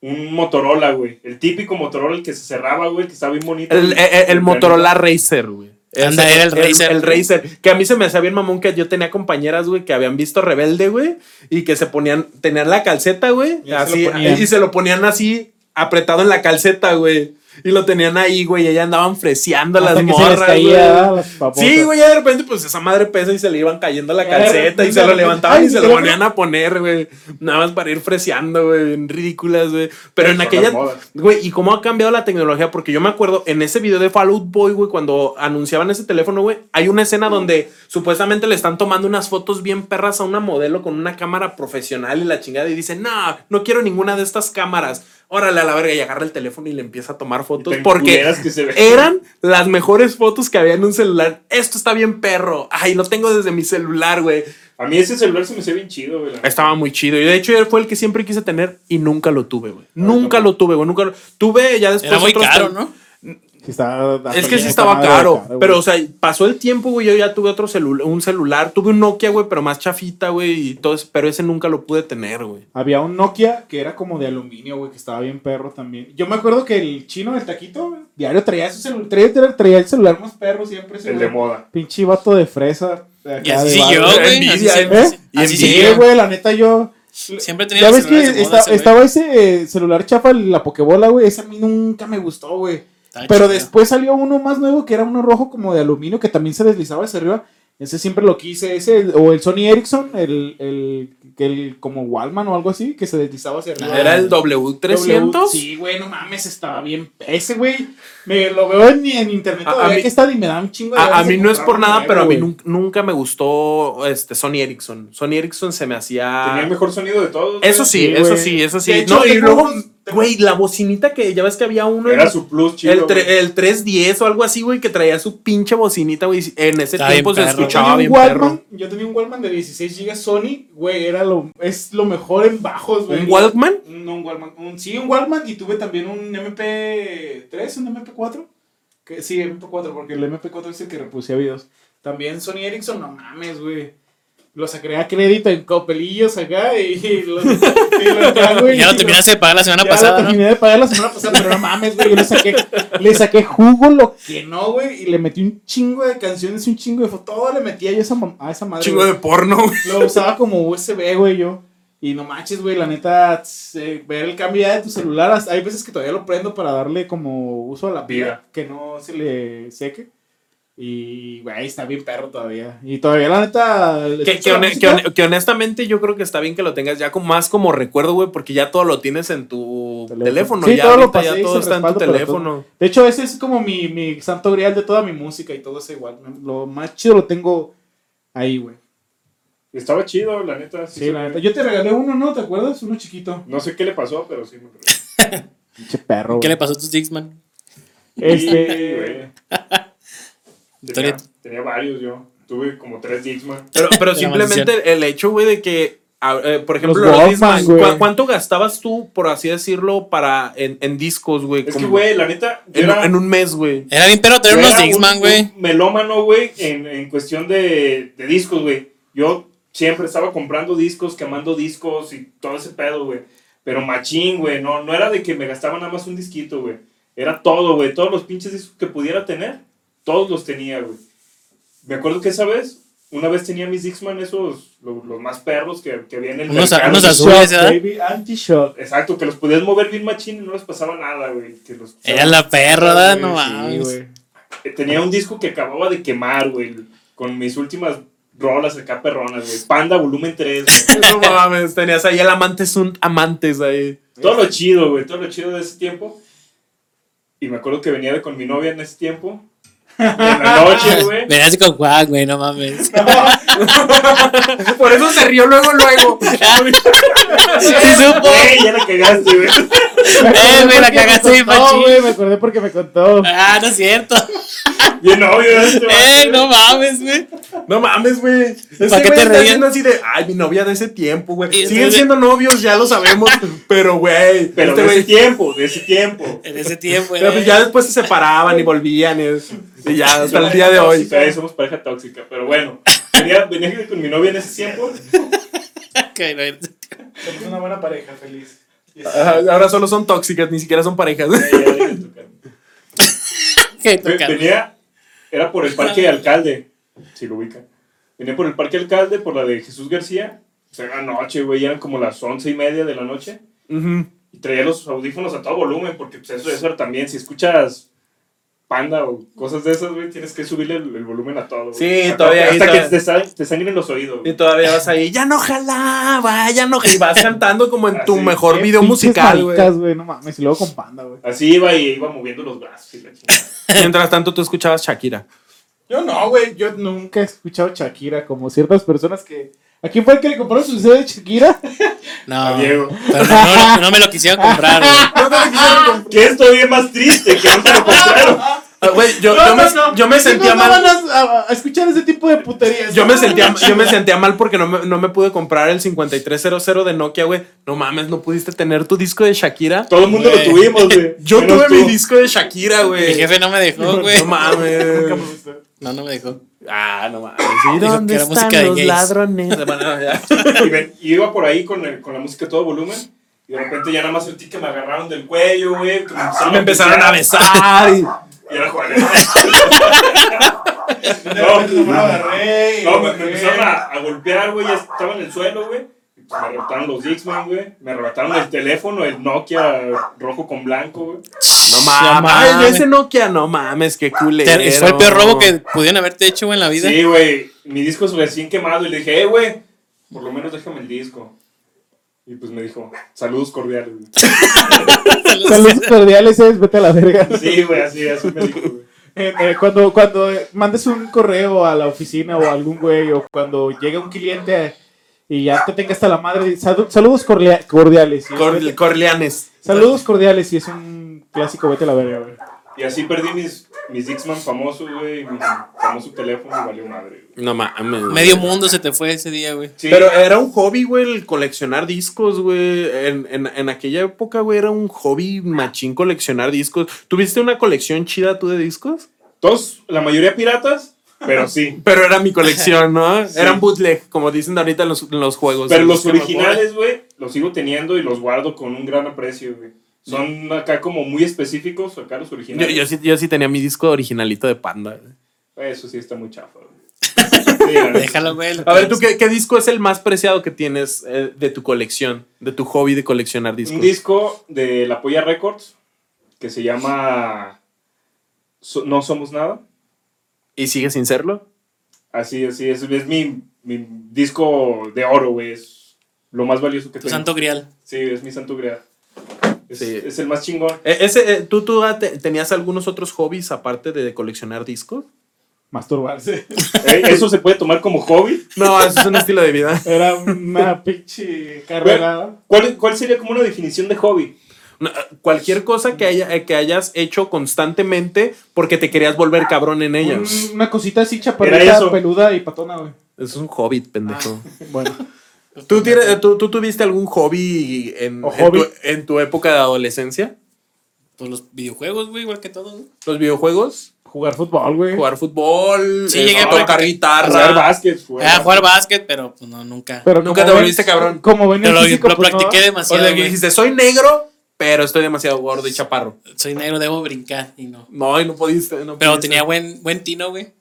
S1: un Motorola, güey. El típico Motorola, el que se cerraba, güey, que estaba bien bonito.
S2: El, el- el
S1: planeta.
S2: Motorola Racer, güey.
S3: Anda,
S2: Ese-
S3: era el Razer.
S2: El, Racer. Que a mí se me hacía bien mamón que yo tenía compañeras, güey, que habían visto Rebelde, güey. Y que se ponían, tenían la calceta, güey.
S4: Y ahí se
S2: Así.
S4: lo ponían.
S2: y se lo ponían así, apretado en la calceta, güey. Y lo tenían ahí, güey. Y ellas andaban freseando
S4: Hasta
S2: las
S4: que se les
S2: morras,
S4: caía, ¿verdad?
S2: güey.
S4: Las babosas.
S2: Sí, güey, ya de repente, pues esa madre pesa y se le iban cayendo la
S4: Ya,
S2: calceta y se lo
S4: ya,
S2: levantaban
S4: ay,
S2: y se lo
S4: teléfono.
S2: volvían a poner, güey. Nada más para ir freseando, güey, bien ridículas, güey. Pero en
S1: Son las
S2: aquella.
S1: modas.
S2: Güey, ¿y cómo ha cambiado la tecnología? Porque yo me acuerdo en ese video de Fallout Boy, güey, cuando anunciaban ese teléfono, güey, hay una escena donde supuestamente le están tomando unas fotos bien perras a una modelo con una cámara profesional y la chingada y dice, no, no quiero ninguna de estas cámaras. Órale a la verga y agarra el teléfono y le empieza a tomar fotos
S1: Tan
S2: porque
S1: culeras que se ve-
S2: eran las mejores fotos que había en un celular. Esto está bien perro. Ay, lo tengo desde mi celular, güey.
S1: A mí ese celular se me hacía bien chido, güey. la neta.
S2: Estaba muy chido. Y de hecho, él fue el que siempre quise tener y nunca lo tuve, güey. Nunca lo tuve, güey. Nunca lo tuve ya después.
S3: Era muy
S2: otros
S3: caro,
S2: tel-
S3: ¿no?
S4: Sí estaba-
S2: Es
S1: Ah,
S4: hasta
S2: que
S1: pues
S4: la
S2: sí
S4: puta
S2: estaba
S4: madre,
S2: caro.
S4: güey.
S2: pero, o sea, pasó el tiempo, güey. Yo ya tuve otro celular, un celular. Tuve un Nokia, güey, pero más chafita, güey. Y todo eso, pero ese nunca lo pude tener, güey.
S4: Había un Nokia que era como de aluminio, güey, que estaba bien perro también. Yo me acuerdo que el chino del taquito, güey, diario traía su celular, traía, traía el celular más perro siempre. ese
S1: El de
S4: güey.
S1: moda.
S4: Pinche vato de fresa. de
S3: Y
S4: acá
S3: así
S4: de barrio.
S3: siguió, güey. Así,
S2: Envidia,
S3: siempre-
S4: ¿Eh?
S2: Y
S3: así
S2: envidia,
S4: Sí,
S3: siguió.
S4: güey, la neta yo.
S3: Siempre tenía
S4: Ya
S3: los
S4: ves que
S3: celulares de moda
S4: esta-
S3: ese güey.
S4: estaba ese eh, celular chafa, la Pokebola, güey. Ese a mí nunca me gustó, güey.
S2: Ah,
S3: Estaba
S4: Pero
S3: chido.
S4: después salió uno más nuevo que era uno rojo como de aluminio que también se deslizaba hacia arriba. Ese siempre lo quise, ese, o el Sony Ericsson, el, el, el como Wallman o algo así, que se deslizaba hacia arriba.
S2: Era el W300.
S4: W, Sí, güey, no mames, estaba bien. Ese, güey, me lo veo en, en internet
S2: A- a
S4: todavía
S2: mí-
S4: que está y me da un chingo de
S2: A, a
S4: ganas de
S2: mí no es por
S4: comprar uno
S2: nada,
S4: nuevo,
S2: pero a mí
S4: güey.
S2: nun- nunca me gustó este Sony Ericsson. Sony Ericsson se me
S1: Tenía el
S2: hacía.
S1: mejor sonido de todos. güey.
S2: Ah. Eso sí,
S4: Sí,
S2: eso
S4: güey.
S2: sí, eso sí.
S4: De hecho,
S2: no, y
S4: tengo
S2: luego,
S4: unos-
S2: güey, la bocinita que ya ves que había uno.
S1: Era
S2: en-
S1: su plus chido.
S2: el, tre-
S1: güey.
S2: el 310 o algo así, güey, que traía su pinche bocinita, güey. En ese
S3: Está
S2: tiempo
S3: bien
S2: se
S3: perro.
S4: Yo
S2: escuchaba
S4: tenía
S2: bien
S4: un Wallman,
S2: perro.
S4: yo tenía un Wallman de 16 GB Sony, güey, era lo, es lo mejor en bajos, güey.
S2: ¿Un Walkman?
S4: Un- No, un Wallman. Un, sí, un Wallman y tuve también un MP3, un MP4. Que, sí, MP4, porque el MP4 es el que reproducía videos. También Sony Ericsson, no mames, güey. Lo saqué a crédito en copelillos acá y, y lo, y
S3: <laughs>
S4: lo acá, güey,
S3: Ya
S4: y
S3: lo terminaste de pagar la semana
S4: ya
S3: pasada,
S4: lo
S3: ¿no?
S4: terminé de pagar la semana pasada, pero no mames, güey. Yo le saqué, le saqué jugo lo que no, güey. Y le metí un chingo de canciones y un chingo de fotos. Todo le metía yo a esa, mam- a esa madre.
S2: Chingo
S4: güey.
S2: de porno, güey.
S4: Lo usaba como USB, güey, yo. Y no manches, güey, la neta, tss, eh, ver el cambio ya de tu celular, hasta- hay veces que todavía lo prendo para darle como uso a la pila,
S1: Vida.
S4: que no se le seque. Y, güey, está bien perro todavía. Y todavía, la neta. ¿le
S2: Que,
S4: escucho
S2: que
S4: la
S2: hone- que
S4: música?
S2: hone- que honestamente yo creo que está bien que lo tengas ya como, más como recuerdo, güey, porque ya todo lo tienes en tu
S4: Teléfono.
S2: teléfono.
S4: Sí,
S2: ya
S4: todo lo
S2: ahorita
S4: pasé,
S2: ya
S4: hice
S2: todo está en tu
S4: respaldo para
S2: teléfono.
S4: De hecho, ese es como mi, mi santo grial de toda mi música y todo eso igual. Lo más chido lo tengo ahí, güey.
S1: Estaba chido, la neta.
S4: Sí,
S1: se
S4: la
S1: me-
S4: neta. Yo te regalé uno, ¿no? ¿Te acuerdas? Uno chiquito.
S1: No sé qué le pasó, pero sí me
S4: Pinche perro.
S3: ¿Qué le pasó a tus Dixman?
S1: Sí,
S3: <laughs>
S4: Este.
S1: güey. tenía, tenía varios yo. Tuve como tres Dixman.
S3: <laughs>
S2: Pero, pero
S3: La
S2: simplemente el hecho, güey, de que, a- eh, por ejemplo,
S4: Los
S2: los
S4: Walkman,
S2: Discman, ¿cu-
S4: güey.
S2: ¿cuánto gastabas tú, por así decirlo, para en, en discos, güey?
S1: Es que,
S2: Como-
S1: güey, la neta. yo
S2: en,
S1: era-
S2: en un
S1: <laughs>
S2: mes, güey.
S3: Era bien pero tener
S1: Yo
S3: unos
S1: era
S3: Dixman,
S1: un-
S3: güey.
S1: un Melómano, güey, en, en cuestión de, de discos, güey. Yo siempre estaba comprando discos, quemando discos y todo ese pedo, güey. Pero machín, güey. No, no era de que me gastaba nada más un disquito, güey. Era todo, güey. Todos los pinches discos que pudiera tener, todos los tenía, güey. Me acuerdo que esa vez, una vez tenía mis Dixman, esos, lo- los, más perros que, que había en el
S3: Unos a-
S1: mercado.
S3: unos azules.
S4: Shock,
S3: Pues ¿verdad?
S4: baby, anti-shock.
S1: Exacto, que los podías mover bien machín y no les pasaba nada, güey. que los-
S3: Era la perra, ¿verdad? no
S4: Sí,
S3: mames.
S4: güey.
S1: Eh, Tenía un disco que acababa de quemar, güey. Con mis últimas rolas acá perronas, güey. Panda volumen 3, <laughs> güey.
S2: No mames, tenías ahí el amantes, un
S1: <laughs>
S2: amantes ahí.
S1: Todo lo chido, güey. Todo lo chido de ese tiempo. Y me acuerdo que venía de con mi novia en ese tiempo. En la noche,
S2: <laughs>
S3: <laughs>
S1: güey.
S3: Venías así con Juan, güey, no
S4: <laughs>
S3: mames. <laughs>
S2: Por eso se rió luego, luego.
S3: sí supo.
S1: Güey, ya la cagaste, güey. <laughs>
S3: Eh, güey, la cagaste bien
S4: No,
S3: machín.
S4: güey, me acordé porque me contó.
S3: Ah, no es
S4: <laughs>
S3: cierto.
S1: Bien novio,
S3: Eh, no mames, güey.
S2: <laughs> No mames, güey. Ese
S3: ¿Para qué
S2: güey
S3: te
S2: está
S3: reías?
S2: haciendo así de, ay, mi novia de ese tiempo, güey.
S3: Y ese
S2: Siguen
S3: güey-
S2: siendo novios, ya lo
S3: <laughs>
S2: sabemos. pero, güey,
S1: Pero
S2: este
S1: de ese
S2: güey.
S1: tiempo, de ese tiempo.
S3: En ese tiempo,
S2: pero pues
S3: <laughs> güey.
S2: ya después se separaban y volvían. Y, es- y ya, hasta el día de
S1: O
S2: hoy.
S1: sea, somos pareja tóxica, pero bueno. Venía, venía con mi novia en ese tiempo.
S3: Que no eres-
S4: Somos una buena pareja, feliz.
S2: Ajá, Ahora solo son tóxicas, ni siquiera son parejas. <laughs>
S1: Ya, ya, deja de tocar.
S3: que
S1: Ve-
S3: tocar.
S1: Venía, era por el parque alcalde, si lo ubica. Venía por el parque alcalde, por la de Jesús García. O sea, era noche, güey, eran como las once y media de la noche.
S2: Ujú.
S1: Y traía los audífonos a todo volumen, porque pues, eso, eso también, si escuchas panda o cosas de esas, güey, tienes que subirle el, el volumen a todo. güey.
S2: Sí,
S1: Hasta-
S2: todavía,
S1: Hasta
S2: y
S1: que
S2: todavía.
S1: te, sa- te sangren los oídos.
S2: Y
S1: güey.
S2: todavía vas ahí, ya no jalaba, ya no. Y vas cantando como en tu
S1: Así,
S2: mejor
S4: Qué
S2: video
S4: pinches
S2: musical, güey.
S4: maricas, güey. No mames, y luego con panda, güey.
S1: Así iba y iba moviendo los brazos. y la chingada. <laughs>
S2: Mientras tanto, tú escuchabas Shakira.
S4: Yo no, güey. Yo nunca he escuchado Shakira como ciertas personas que. ¿A quién fue el que le compraron su CD de Shakira?
S1: A
S3: No,
S1: Diego.
S3: pero no, no, no me lo quisieron comprar, güey.
S1: Que es todavía más triste que no te lo compraron.
S2: Ah, Güey, yo, yo me, yo me sentía mal.
S4: van a, a- a escuchar ese tipo de puterías.
S2: Yo me, sentía, yo me sentía mal porque no me, no me pude comprar el 5300 de Nokia, güey. No mames, no pudiste tener tu disco de Shakira.
S1: Todo el mundo
S3: Güey.
S1: lo tuvimos, güey.
S2: Yo
S1: Menos
S2: tuve mi
S1: tú.
S2: disco de Shakira,
S3: Mi
S2: güey.
S3: jefe no me dejó, güey.
S2: No
S3: <laughs>
S2: mames.
S3: No, no me dejó.
S2: Ah, no mames. ¿Y
S3: Dijo que
S2: dónde
S3: era
S2: están
S3: música de
S2: los
S3: gays.
S2: ladrones? <laughs> Bueno, ya.
S3: <laughs>
S1: y, ven- y iba por ahí con, el- con la música a todo volumen. Y de repente ya nada más sentí que me agarraron del cuello, güey. que me empezaron,
S2: Me empezaron a
S1: besar.
S2: besar. y-
S1: Y era Juan. <laughs> no, no, me, me empezaron a, a golpear, güey. Ya estaba en el suelo, güey. Y pues Me arrebataron los Dixman, güey. Me arrebataron el teléfono, el Nokia rojo con blanco, güey.
S2: No
S3: No
S2: mames. Ay,
S3: mames.
S2: ese Nokia, no mames, qué culero.
S3: Te- Fue el peor robo que pudieron haberte hecho, güey, en la vida. <laughs>
S1: Sí, güey. Mi disco es recién quemado. Y le dije, eh, güey, por lo menos déjame el disco. Y pues me dijo, saludos cordiales, güey.
S4: Saludos cordiales, es, vete a la verga.
S1: Sí, güey, así, así me dijo, güey.
S4: Eh, eh, cuando, cuando eh, mandes un correo a la oficina o a algún güey, o cuando llega un cliente y ya te tenga hasta la madre, sal- saludos corlia- cordiales. y es,
S2: Cor- Corleanes.
S4: saludos cordiales, y es un clásico, vete a la verga, güey.
S1: Y así perdí mis, mis Dixman famosos, güey. y Mi famoso teléfono y valió madre, güey.
S2: No mames.
S3: Medio mundo se te fue ese día, güey.
S1: Sí,
S2: Pero eh, era un hobby, güey, el coleccionar discos, güey. En, en- en aquella época, güey, era un hobby machín coleccionar discos. ¿Tuviste una colección chida tú de discos?
S1: todos, la mayoría piratas, pero sí.
S2: Pero era mi colección, ¿no? Eran bootleg, como dicen ahorita en los, en <laughs> los juegos.
S1: Pero
S2: En
S1: los
S2: que me
S1: originales, güey, los sigo teniendo y los guardo con un gran aprecio, güey. Son acá como muy específicos, acá los
S2: acuerdo. Yo,
S1: originales.
S2: yo sí, yo sí tenía mi disco originalito de Panda. güey.
S1: Eso sí está muy chafa,
S2: <laughs>
S1: güey. Sí, la neta.
S3: Déjalo, güey.
S2: A ver, ¿tú qué, qué disco es el más preciado que tienes eh, de tu colección? De tu hobby de coleccionar discos.
S1: Un disco de La Polla Records que se llama So- No Somos Nada.
S2: ¿Y sigue sin serlo?
S1: Así, así, es, es mi, mi disco de oro, güey. Es lo más valioso que
S3: Tu
S1: tengo.
S3: santo grial.
S1: Sí, es mi santo grial. Es,
S2: Sí.
S1: es el más chingón.
S2: Eh, ese, eh, ¿Tú, tú ah, te- tenías algunos otros hobbies aparte de coleccionar discos?
S4: Masturbarse.
S1: Eh, ¿Eso se puede tomar como hobby?
S2: No, eso es un estilo de vida.
S4: Era
S1: <laughs>
S4: una pinche carrera.
S1: ¿Cuál, ¿Cuál sería como una definición de hobby?
S2: No, eh, Cualquier cosa que, haya, eh, que hayas hecho constantemente porque te querías volver cabrón en ella.
S4: Un- una cosita así
S1: Era
S4: chaparrita,
S1: eso.
S4: peluda y patona, güey.
S2: Es un hobby, pendejo.
S4: Bueno,
S2: ¿Tú, tienes- eh, tú, tú tuviste algún hobby, en,
S4: ¿O
S2: en
S4: hobby?
S2: tu, en tu época de adolescencia?
S3: Pues los videojuegos, güey, igual que todo. güey.
S2: ¿Los videojuegos?
S4: jugar fútbol, güey.
S2: ¿Jugar fútbol?
S3: Sí,
S2: eh,
S3: llegué a
S2: ¿Tocar
S3: practicar-
S1: Jugar
S2: guitarra?
S1: básquet, güey.
S3: Ah, jugar básquet, pero pues no, nunca.
S4: Pero
S2: Nunca
S4: como
S2: te
S4: ven-
S2: volviste cabrón.
S4: Como ven
S3: Pero
S4: el
S3: lo,
S4: físico,
S3: lo
S4: pues, no.
S3: practiqué
S2: O
S3: demasiado,
S2: le
S3: güey.
S2: dijiste, soy negro, pero estoy demasiado gordo y chaparro.
S3: Soy negro, debo brincar y no.
S2: No, y no pudiste. no
S3: Pero
S2: pudiste.
S3: tenía buen, buen tino, güey.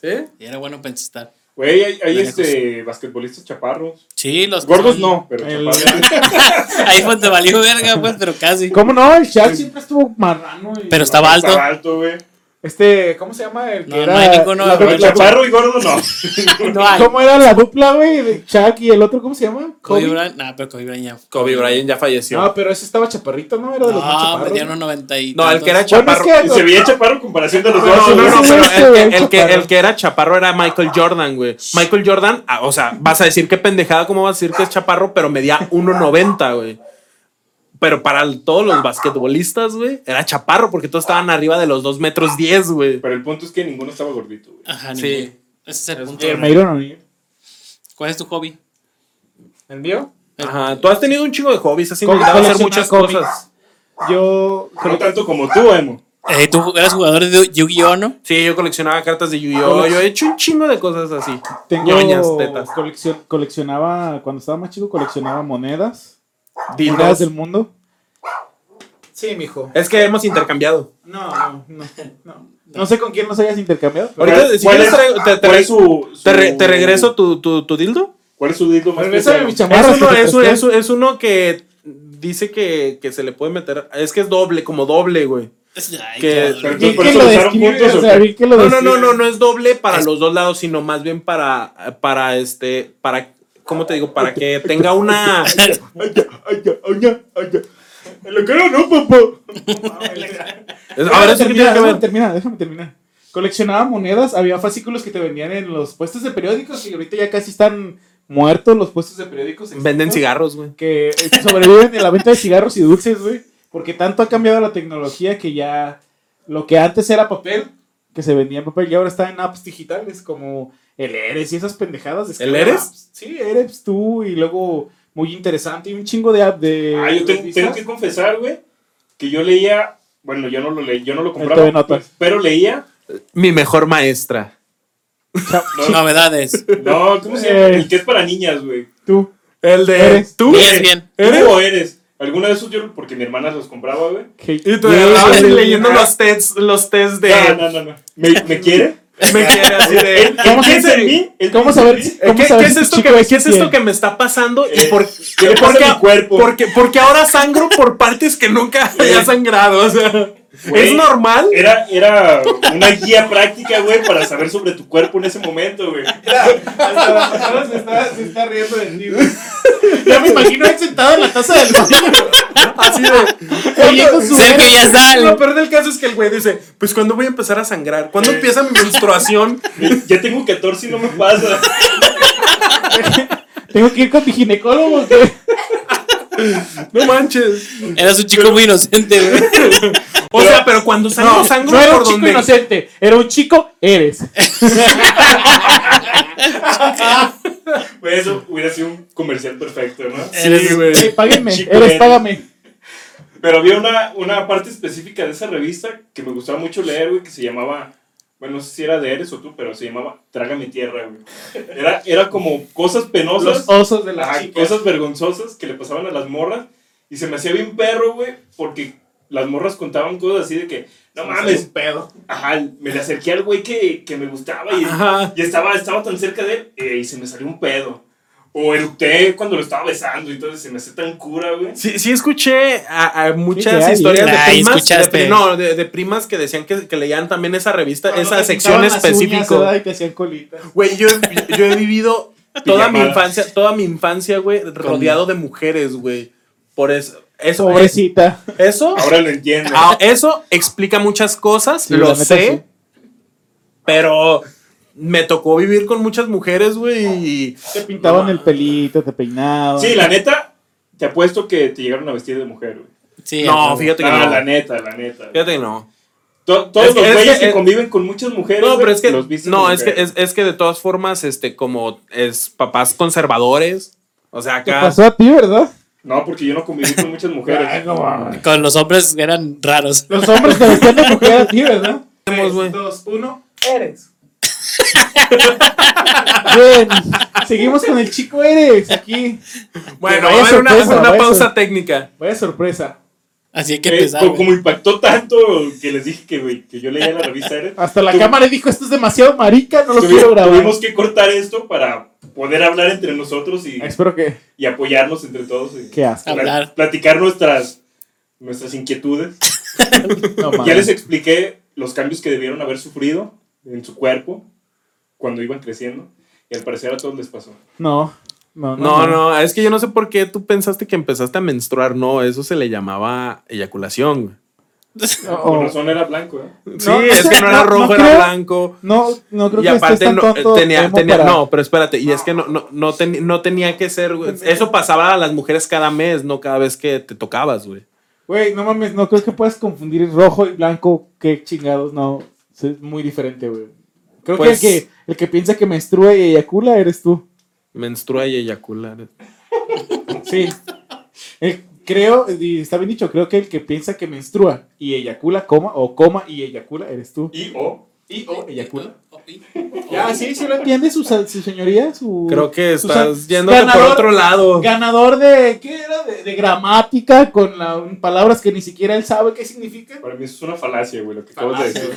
S2: ¿Sí?
S3: Y era bueno para encestar.
S1: Güey, hay, hay,
S3: De
S1: este, basquetbolistas chaparros.
S3: Sí, los que
S1: Gordos
S3: son-
S1: no, pero
S2: <laughs>
S4: El-
S1: chaparros.
S3: <laughs> Ahí fue donde valió verga, pues, pero casi.
S4: ¿Cómo no? El Shaq siempre estuvo marrano. y-
S3: Pero estaba alto.
S1: Estaba alto, güey.
S4: Este, ¿cómo se llama? El que
S3: No,
S4: era.
S3: no hay ninguno,
S4: la-
S3: güey.
S1: Pero
S4: la-
S1: chaparro y gordo no.
S3: No hay.
S4: ¿Cómo era la dupla, güey? de Shaq y el otro, ¿cómo se llama?
S3: Kobe Bryant, nah, pero Kobe Bryant ya. Ah,
S2: Kobe Bryant ya falleció.
S4: No, pero ese estaba chaparrito, ¿no? Era de los más
S3: No,
S4: chaparros.
S3: me dieron 90 y
S2: No, el que era
S3: tantos.
S4: Bueno, es
S2: chaparro.
S1: Y
S4: que-
S1: se veía chaparro en comparación de los
S2: No,
S1: dos.
S2: no, no,
S1: güey.
S2: no,
S4: Sí,
S2: pero
S3: eh.
S4: sí,
S2: el,
S4: sí,
S2: el- el que,
S4: chaparro.
S2: el que era chaparro era Michael Jordan, güey. Michael Jordan, ah, o sea, vas a decir qué pendejada, ¿cómo vas a decir que es chaparro? Pero medía 1.90, güey. Pero para el- todos los basquetbolistas, güey, era chaparro porque todos estaban arriba de los 2 metros 10, güey.
S1: Pero el punto es que ninguno estaba gordito, güey.
S3: Ajá,
S2: Sí.
S3: sí. Ese es el punto.
S4: Me dieron a mí.
S3: ¿Cuál es tu hobby?
S2: ¿El mío? Ajá, tú has tenido un chingo de hobbies, has
S4: Con-
S2: intentado hacer
S4: coleccionar
S2: muchas
S4: cómics.
S2: cosas.
S4: Yo.
S1: No tanto como tú, Emo.
S3: Eh, ¿Tú eras jugador de Yu-Gi-Oh, no?
S2: Sí, yo coleccionaba cartas de Yu-Gi-Oh! Yo he hecho un chingo de cosas así.
S4: Ah, Tengo
S2: Ñoñas, tetas.
S4: coleccion- coleccionaba, cuando estaba más chico, coleccionaba monedas, monedas
S2: Dildos.
S4: del mundo. Sí, mijo.
S2: Es que hemos intercambiado.
S4: No, no, no, no. No sé con quién nos hayas intercambiado. pero-
S2: Ahorita, si
S1: ¿Cuál
S2: quieres,
S1: es-
S2: traigo- te- te-
S1: cuál es su-
S2: Te, re-
S1: su-
S2: te regreso tu, tu, tu dildo.
S1: ¿Cuál es su dildo más
S4: Regrésame
S1: pesado?
S4: mi chamba.
S2: Es
S4: Amarras
S2: uno,
S4: que te
S2: es, un-
S4: presté.
S2: es un- es uno que dice que, que se le puede meter. Es que es doble, como doble, güey.
S3: Ay,
S2: Que-
S1: Pero
S3: cabrón.
S1: entonces,
S4: Bien
S1: ¿por
S4: que
S1: eso
S4: lo
S1: lo usaron
S4: describe,
S1: juntos,
S4: o
S1: o
S4: sea,
S1: qué?
S4: bien que
S2: No,
S4: lo
S2: no,
S4: describe.
S2: no, no, no es doble para
S3: Es-
S2: los dos lados, sino más bien para, para este, para, ¿cómo te digo? Para que tenga
S4: <laughs>
S2: una.
S4: Ay, ya, ay, ya, ay, ya, ay, ya. En la cara no, papá.
S2: A ver, eso que
S4: Ah, termina,
S2: tiene que
S4: déjame
S2: ver.
S4: terminar, déjame terminar. Coleccionaba monedas, había fascículos que te vendían en los puestos de periódicos y ahorita ya casi están muertos los puestos de periódicos.
S2: Venden
S4: extintos.
S2: cigarros, güey.
S4: que eh, sobreviven de la venta de cigarros y dulces, güey. Porque tanto ha cambiado la tecnología que ya lo que antes era papel, que se vendía en papel, y ahora está en apps digitales como el Eres y esas pendejadas. de
S2: ¿El
S4: escala.
S2: Eres?
S4: Sí, Eres tú y luego muy interesante y un chingo de app de.
S1: Ah, yo tengo,
S4: revistas.
S1: tengo que confesar, güey, que yo leía, bueno, yo no lo leí, yo no lo
S4: Él te
S1: compraba,
S4: denota.
S1: pero leía,
S2: Mi mejor maestra.
S4: Cha-
S1: no,
S2: <laughs>
S3: Novedades.
S1: no, ¿cómo se llama? El que es para niñas, güey.
S4: Tú.
S2: El de.
S4: Eres.
S2: ¿Tú?
S3: Eres bien.
S1: ¿Tú
S2: ¿Eres?
S1: o eres? Alguna de esos yo, porque mi hermana los compraba, güey.
S4: que-
S2: Y tú
S4: Sí,
S2: andabas
S4: güey.
S2: leyendo los tests, los tests de.
S1: Ah,
S2: Eh,
S1: No, no, no, no. ¿Me, me quiere?
S2: Me quedé así de.
S1: ¿Él
S4: ¿Cómo se
S1: piensa en
S4: dice?
S1: mí? ¿Él
S4: ¿Cómo
S1: piensa en
S4: saber?
S1: mí?
S4: si-
S2: ¿Qué,
S4: <laughs> ¿Cómo
S2: qué
S4: saber
S2: es
S4: si tu
S2: esto
S4: chico
S2: que,
S4: es
S2: qué es esto
S4: infiel?
S2: que me está pasando? ¿Y
S1: Eh,
S2: por,
S1: ¿Qué le
S2: por
S1: pasa a mi cuerpo?
S2: Porque, porque ahora sangro por partes que
S4: <laughs>
S2: nunca había sangrado. O sea,
S1: Güey.
S2: ¿es normal?
S1: Era, era una guía práctica, güey, para saber sobre tu cuerpo en ese momento, güey.
S4: Ahora se está, se está riendo de ti, güey. Ya me imagino él sentado en la taza
S2: <laughs>
S4: del baño.
S2: Así de.
S4: Oyendo su
S3: Sé que ya
S2: Lo
S3: sale.
S2: peor del caso es que el güey dice: Pues, ¿cuándo voy a empezar a sangrar? ¿Cuándo
S1: Eh.
S2: empieza mi menstruación?
S1: Ya tengo 14 y no me pasa.
S4: Tengo que ir con mi ginecólogo. güey.
S2: No manches.
S3: Eras un chico muy inocente, güey.
S2: O sea, pero cuando sangro, sangro
S4: no era un
S2: por
S4: chico
S2: donde.
S4: inocente, era un chico eres.
S1: Güey, Pues eso hubiera sido un comercial perfecto, ¿no?
S3: Eres-
S4: Hey, págame,
S1: Chico
S4: eres,
S1: eres.
S4: págame.
S1: Pero había una, una parte específica de esa revista que me gustaba mucho leer, güey, que se llamaba, bueno, no sé si era de Eres o tú, pero se llamaba Traga mi tierra, güey. Era, era como cosas penosas,
S4: Los osos de las
S1: ajá,
S4: chicas.
S1: cosas vergonzosas que le pasaban a las morras. Y se me hacía bien perro, güey, porque las morras contaban cosas así de que, no mames,
S4: pedo.
S1: ajá, me le acerqué al güey que, que me gustaba <laughs> y,
S2: Ajá.
S1: y estaba, estaba tan cerca de él eh, y se me salió un pedo. O eructé cuando lo estaba besando y entonces se me hace tan cura, güey.
S2: Sí, sí escuché a, a muchas
S4: que hay, ¿eh?
S2: historias de
S3: Ay,
S2: primas. de
S3: escuchaste.
S2: pri- no, de, de primas que decían que, que leían también esa revista,
S4: Cuando
S2: esa
S4: te
S2: sección
S4: pintaban las uñas, ¿verdad?
S2: específica.
S4: Y te hacían colita.
S2: Güey, yo, yo- yo he vivido toda mi
S1: Pijamadas.
S2: infancia, toda mi infancia, güey, rodeado de mujeres, güey. Por eso. Eso, eh,
S4: Pobrecita.
S2: eso,
S1: Ahora lo entiendo.
S2: ah, eso explica muchas cosas,
S4: Sí, la
S2: lo
S4: neta,
S2: sé.
S4: sí.
S2: Pero me tocó vivir con muchas mujeres, güey. y-
S4: Te pintaban el pelito, te peinaban.
S1: Sí, la neta, te apuesto que te llegaron a vestir de mujer, güey.
S3: Sí,
S2: No,
S3: a huevo.
S2: fíjate que
S1: Ah,
S2: no.
S1: la neta, la neta. güey.
S2: Fíjate que no.
S1: To- todos
S2: Es que-
S1: los
S2: es
S1: güeyes
S2: que-
S1: que,
S2: es-
S1: conviven con muchas mujeres,
S2: No,
S1: güey,
S2: pero es que,
S1: los visten
S2: no,
S1: de
S2: es que,
S1: mujer.
S2: es, es que de todas formas, este, como es papás conservadores, o sea,
S4: Te
S2: acá.
S4: pasó a ti, ¿verdad?
S1: No, porque yo no conviví con muchas
S2: <laughs>
S1: mujeres.
S4: Ay, no mames.
S3: Con los hombres eran raros.
S4: Los hombres te vestían de mujer a ti, ¿verdad?
S2: Hacemos, güey.
S4: dos, uno, eres. Bien, seguimos con el chico eres aquí.
S2: Bueno,
S4: Vaya
S2: vamos a hacer una,
S4: sorpresa,
S2: una
S4: vaya
S2: pausa
S4: sor-
S2: técnica.
S4: Vaya sorpresa.
S3: Así hay que
S1: Eh,
S3: empezar.
S1: como,
S3: güey.
S1: como impactó tanto que les dije que, güey, que yo leía la revista. Eres,
S4: Hasta la
S1: tu-
S4: cámara dijo, esto es demasiado marica, no lo
S1: tuvi-
S4: quiero grabar.
S1: Tuvimos que cortar esto para poder hablar entre nosotros y,
S4: Espero que...
S1: y apoyarnos entre todos. y
S4: Qué asco.
S1: pla-
S3: Hablar.
S1: Platicar nuestras, nuestras inquietudes.
S4: No,
S1: Ya
S4: mames.
S1: les expliqué los cambios que debieron haber sufrido en su cuerpo cuando iban creciendo. Y al parecer a todos les pasó.
S4: No, no,
S2: No, no, es que yo no sé por qué tú pensaste que empezaste a menstruar. No, eso se le llamaba eyaculación.
S4: No,
S1: Por
S4: oh.
S1: razón era blanco, ¿eh?
S2: Sí,
S4: No,
S2: es que no era
S4: no,
S2: rojo,
S4: no
S2: era
S4: creo.
S2: blanco.
S4: No, no creo
S2: y
S4: que estés
S2: aparte
S4: tan
S2: no,
S4: tonto,
S2: eh, tenía,
S4: Emo,
S2: tenía
S4: para-
S2: no, pero espérate, y es que no, no, no, ten- no tenía que ser,
S4: Pues
S2: güey. Eso pasaba a las mujeres cada mes, no cada vez que te tocabas, güey.
S4: Güey, no mames, no creo que puedas confundir rojo y blanco, qué chingados, no. Es muy diferente, güey. Creo
S2: Pues-
S4: que, el que el que piensa que menstrua y eyacula eres tú.
S2: Menstrua y eyacula.
S4: Sí. El- creo, y está bien dicho, creo que el que piensa que menstrua y eyacula, coma, o coma y eyacula, eres tú.
S1: Y o.
S4: Y o eyacula.
S2: <laughs>
S3: Ya,
S4: Ya,
S2: Ah,
S4: sí, sí lo entiende su, sal- su señoría, su...
S2: Creo que
S4: su sal-
S2: estás yéndote por
S4: ganador-
S2: otro lado.
S4: Ganador de, ¿qué era? De, de gramática, con la- palabras que ni siquiera él sabe qué significan.
S1: Para mí eso es una falacia, güey, lo que acabas de decir.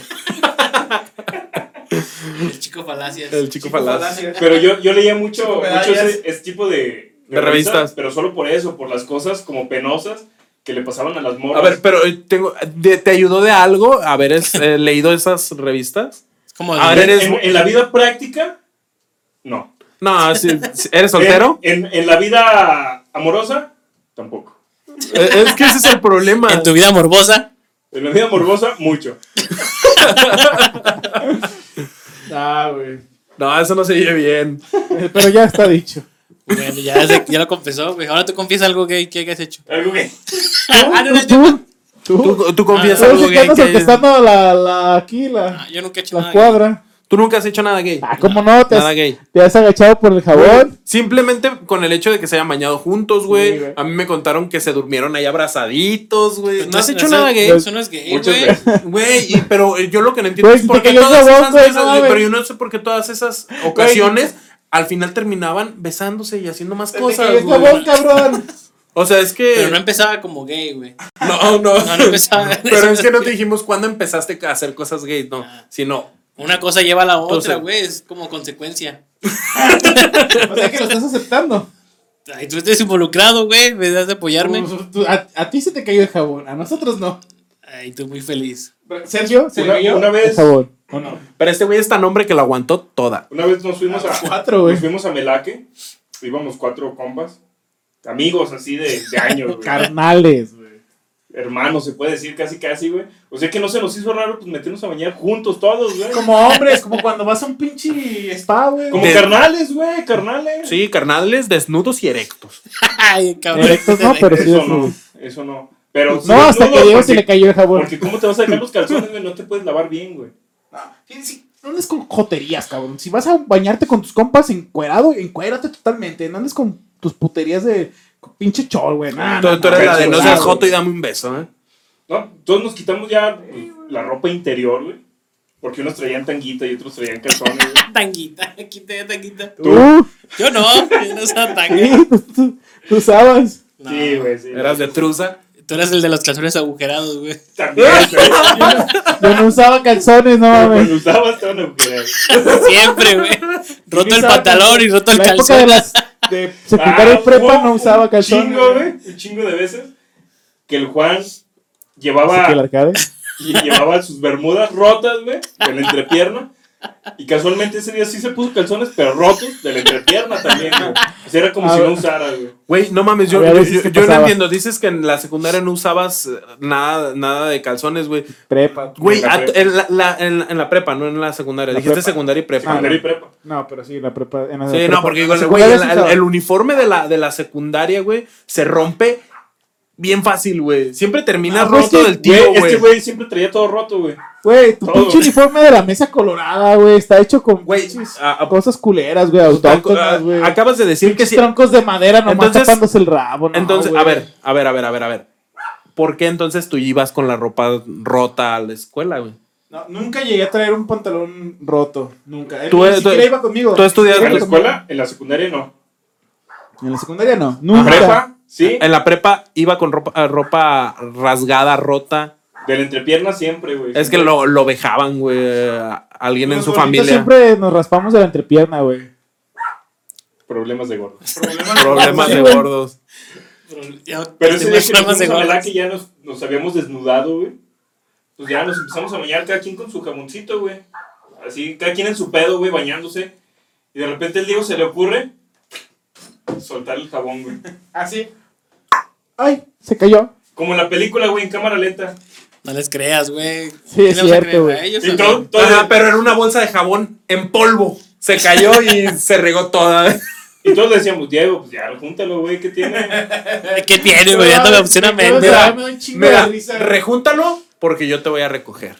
S3: El chico falacias.
S2: El chico falaz.
S1: Pero yo, yo leía mucho,
S4: Chico,
S1: mucho
S4: medallas.
S1: ese, ese tipo de,
S2: De revistas.
S1: pero solo por eso, por las cosas como penosas que le pasaban a las morras.
S2: A ver, pero eh, tengo, de- ¿te ayudó de algo haber es- eh, <laughs> leído esas revistas?
S3: Es como
S2: A ver,
S1: en,
S2: eres-
S1: en- en la vida práctica, no.
S2: No, sí, sí, ¿eres soltero?
S1: En, en- en la vida amorosa, tampoco.
S2: Eh, es que ese es el problema.
S3: en tu vida morbosa.
S1: En la vida morbosa, mucho.
S4: Ah, güey.
S2: No, eso no se oye bien.
S4: Pero ya
S2: <laughs>
S4: está dicho.
S3: Bueno, ya, se- ya lo confesó, güey. Ahora tú confiesa algo gay que hayas hecho.
S1: Algo que
S3: Ah, no, no, yo-
S4: ¿Tú? ¿Tú? ¿Tú?
S2: ¿Tú, tú confías
S3: Ah,
S2: algo
S4: eres el que
S2: gay
S4: andas
S2: que hayas-
S4: orquestando la, la, aquí, la,
S3: Ah, yo nunca he hecho
S4: la
S3: nada. gay.
S4: cuadra.
S2: Tú nunca has hecho nada gay.
S4: Ah, ¿cómo no? Te
S2: Nada
S4: has,
S2: gay.
S4: te has agachado por el jabón.
S2: Simplemente con el hecho de que se hayan bañado juntos, güey.
S4: Sí, güey.
S2: a mí me contaron que se durmieron ahí abrazaditos, güey. No has
S3: Entonces,
S2: hecho
S3: eso-
S2: nada gay.
S3: Eso no es gay,
S1: Muchas
S3: güey.
S1: veces.
S2: Güey, y- pero yo lo que no entiendo
S4: Güey,
S2: es
S4: si
S2: por
S4: te
S2: qué
S4: cayó el
S2: todas
S4: jabón,
S2: esas
S4: güey, no
S2: veces-
S4: mames.
S2: pero yo no sé por qué todas esas ocasiones al final terminaban besándose y haciendo más cosas,
S4: el
S2: güey.
S4: jabón, cabrón. <laughs>
S2: O sea, es
S3: Pero no
S2: que
S3: empezaba como gay, güey.
S2: no, no,
S3: No,
S2: <laughs>
S3: no empezaba.
S2: Pero es que no te dijimos cuándo empezaste a hacer cosas gays, no,
S3: Ah.
S2: sino
S3: Una cosa lleva a la otra,
S2: Entonces-
S3: güey. Es como consecuencia.
S4: O sea que lo estás aceptando.
S3: Ay, tú estás involucrado, güey. Me das de apoyarme.
S4: Tú- tú- a, a ti se te cayó el jabón, a nosotros no.
S3: Ay, tú muy feliz. <laughs>
S4: Sergio, ¿se
S1: Una-
S4: le cayó
S1: una vez-
S4: el jabón?
S1: ¿O no?
S2: pero este güey es tan hombre que lo aguantó toda.
S1: Una vez nos fuimos a,
S4: Cuatro, güey.
S1: nos fuimos a Melaque, íbamos cuatro compas, amigos así de, de años, güey.
S4: Carnales, güey.
S1: hermanos, se puede decir casi casi, güey. O sea que no se nos hizo raro pues meternos a bañar juntos todos, güey.
S4: Como hombres, como cuando vas a un pinche spa, güey.
S1: Como
S2: De-
S1: carnales, güey, carnales.
S2: Sí, carnales desnudos y erectos.
S3: Ay, cabrón.
S4: Erectos no, pero sí.
S1: Eso
S4: desnudos.
S1: no, eso no. Pero
S4: No, hasta que Diego se le cayó el jabón.
S1: Porque cómo te vas a
S4: <laughs>
S1: sacar los calzones, güey, no te puedes lavar bien, güey.
S4: Sí, sí, No andes con joterías, cabrón. Si vas a bañarte con tus compas encuerado, encuérate totalmente. No andes con tus puterías de pinche chol, güey. Nah,
S2: tú,
S4: nah,
S2: tú
S4: nah,
S2: eres la
S1: no,
S2: de no
S1: no,
S2: seas
S1: no,
S2: joto
S1: güey.
S2: y dame un beso, ¿eh?
S1: No, todos nos quitamos ya pues, la ropa interior, güey. Porque unos traían tanguita y otros traían calzones,
S4: <laughs>
S1: güey.
S3: <laughs> Tanguita, quité tanguita.
S4: Tú,
S3: Yo no, yo no soy tanga.
S4: sí, tú, tú- tú sabes.
S3: No.
S1: Sí, güey, sí.
S2: Eras de truza.
S3: Tú eres el de los calzones agujerados, güey. <laughs>
S1: También,
S4: <laughs>
S1: güey.
S4: Yo no usaba calzones, no
S1: Pero
S4: mames.
S1: Cuando usabas estaban agujerados.
S3: Siempre, güey. Roto el
S4: Usaba
S3: pantalón y roto el
S4: La época de
S3: calzón.
S4: las, de secundaria
S1: Ah,
S4: y prepa
S1: hubo
S4: no usaba calzón.
S1: Un chingo, güey. Un chingo de veces que el Juan
S4: Así que el
S1: llevaba,
S4: arcade.
S1: y llevaba sus bermudas rotas, güey, de la entrepierna. Y casualmente ese día sí se puso calzones, pero rotos de la entrepierna también, güey. O sea, era como
S4: A
S1: si
S4: ver. Ah,
S1: no usara, güey.
S2: Güey, no mames, yo,
S4: Había
S2: yo,
S4: veces
S2: yo-
S4: que
S2: yo no
S4: pasaba.
S2: entiendo. Dices que en la secundaria no usabas eh, nada, nada de calzones, güey.
S4: Prepa.
S2: Güey,
S1: En la
S2: a-
S1: prepa.
S2: en, la, la- en la- en la prepa, no en la secundaria.
S4: La
S2: Dijiste
S4: prepa.
S2: secundaria y prepa.
S1: Secundaria y prepa.
S4: No, pero sí, la prepa. En la
S2: Sí,
S4: prepa-
S2: no, porque
S4: en
S2: igual, güey,
S4: secundaria
S2: el,
S4: sí
S2: el-
S4: usaba.
S2: el uniforme de la, de la secundaria, güey, se rompe bien fácil, güey. Siempre termina
S4: Ah, pues
S2: roto
S4: que,
S2: del tío,
S1: Güey, es
S2: güey.
S1: que, güey, siempre traía todo roto, güey.
S4: Güey, tu
S1: Todo,
S4: pinche
S1: güey.
S4: uniforme de la mesa colorada, güey, está hecho con
S2: Güey,
S4: pinches
S2: a- a-
S4: cosas culeras, güey, autóctonas, güey.
S2: Ah, Acabas de decir que
S4: Pinches
S2: sí.
S4: troncos de madera nomás
S2: Entonces-
S4: tapándose el rabo, ¿no?
S2: Entonces, a
S4: güey.
S2: ver, a ver, a ver, a ver, a ver. ¿Por qué entonces tú ibas con la ropa rota a la escuela, güey?
S4: No, nunca llegué a traer un pantalón roto, nunca. Él
S2: Tú
S4: ni
S2: eres- tú-
S4: siquiera iba conmigo.
S2: tú estudiaste-
S1: En la
S4: Iba conmigo.
S1: escuela, en la secundaria no.
S4: En la secundaria no, nunca.
S1: Prepa, sí.
S2: En la prepa iba con ropa, eh, ropa rasgada, rota.
S1: De la entrepierna siempre, güey.
S2: Es que lo, lo vejaban, güey, a alguien en
S4: Los
S2: su
S4: gorditos
S2: familia.
S4: Siempre nos raspamos de la entrepierna, güey.
S1: Problemas de gordo.
S2: <laughs> Problemas de
S4: Sí, güey.
S2: gordos.
S1: Pero ese día que nos
S3: problemas de
S1: fuimos a
S3: gordos.
S1: Malaca ya nos, nos habíamos desnudado, güey. Pues ya nos empezamos a bañar cada quien con su jaboncito, güey. Así, cada quien en su pedo, güey, bañándose. Y de repente el Diego se le ocurre soltar el jabón, güey.
S4: Así. Ay, se cayó.
S1: Como en la película, güey, en cámara lenta.
S3: No les creas, güey.
S4: Sí, es
S3: ¿Qué le vas a
S4: cierto,
S3: creer?
S4: güey.
S3: A ellos
S1: Y todo,
S3: también.
S1: todo
S2: Ajá,
S1: el-
S2: pero era una bolsa de jabón en polvo. Se cayó y se regó toda.
S1: Y todos le decíamos, Diego, pues ya, júntalo, güey, ¿qué tiene?
S3: ¿Qué tiene, güey? Ya no me obsesiona mente.
S2: Mira,
S4: Me da un chingo
S2: mira,
S4: de risa.
S2: rejúntalo porque yo te voy a recoger.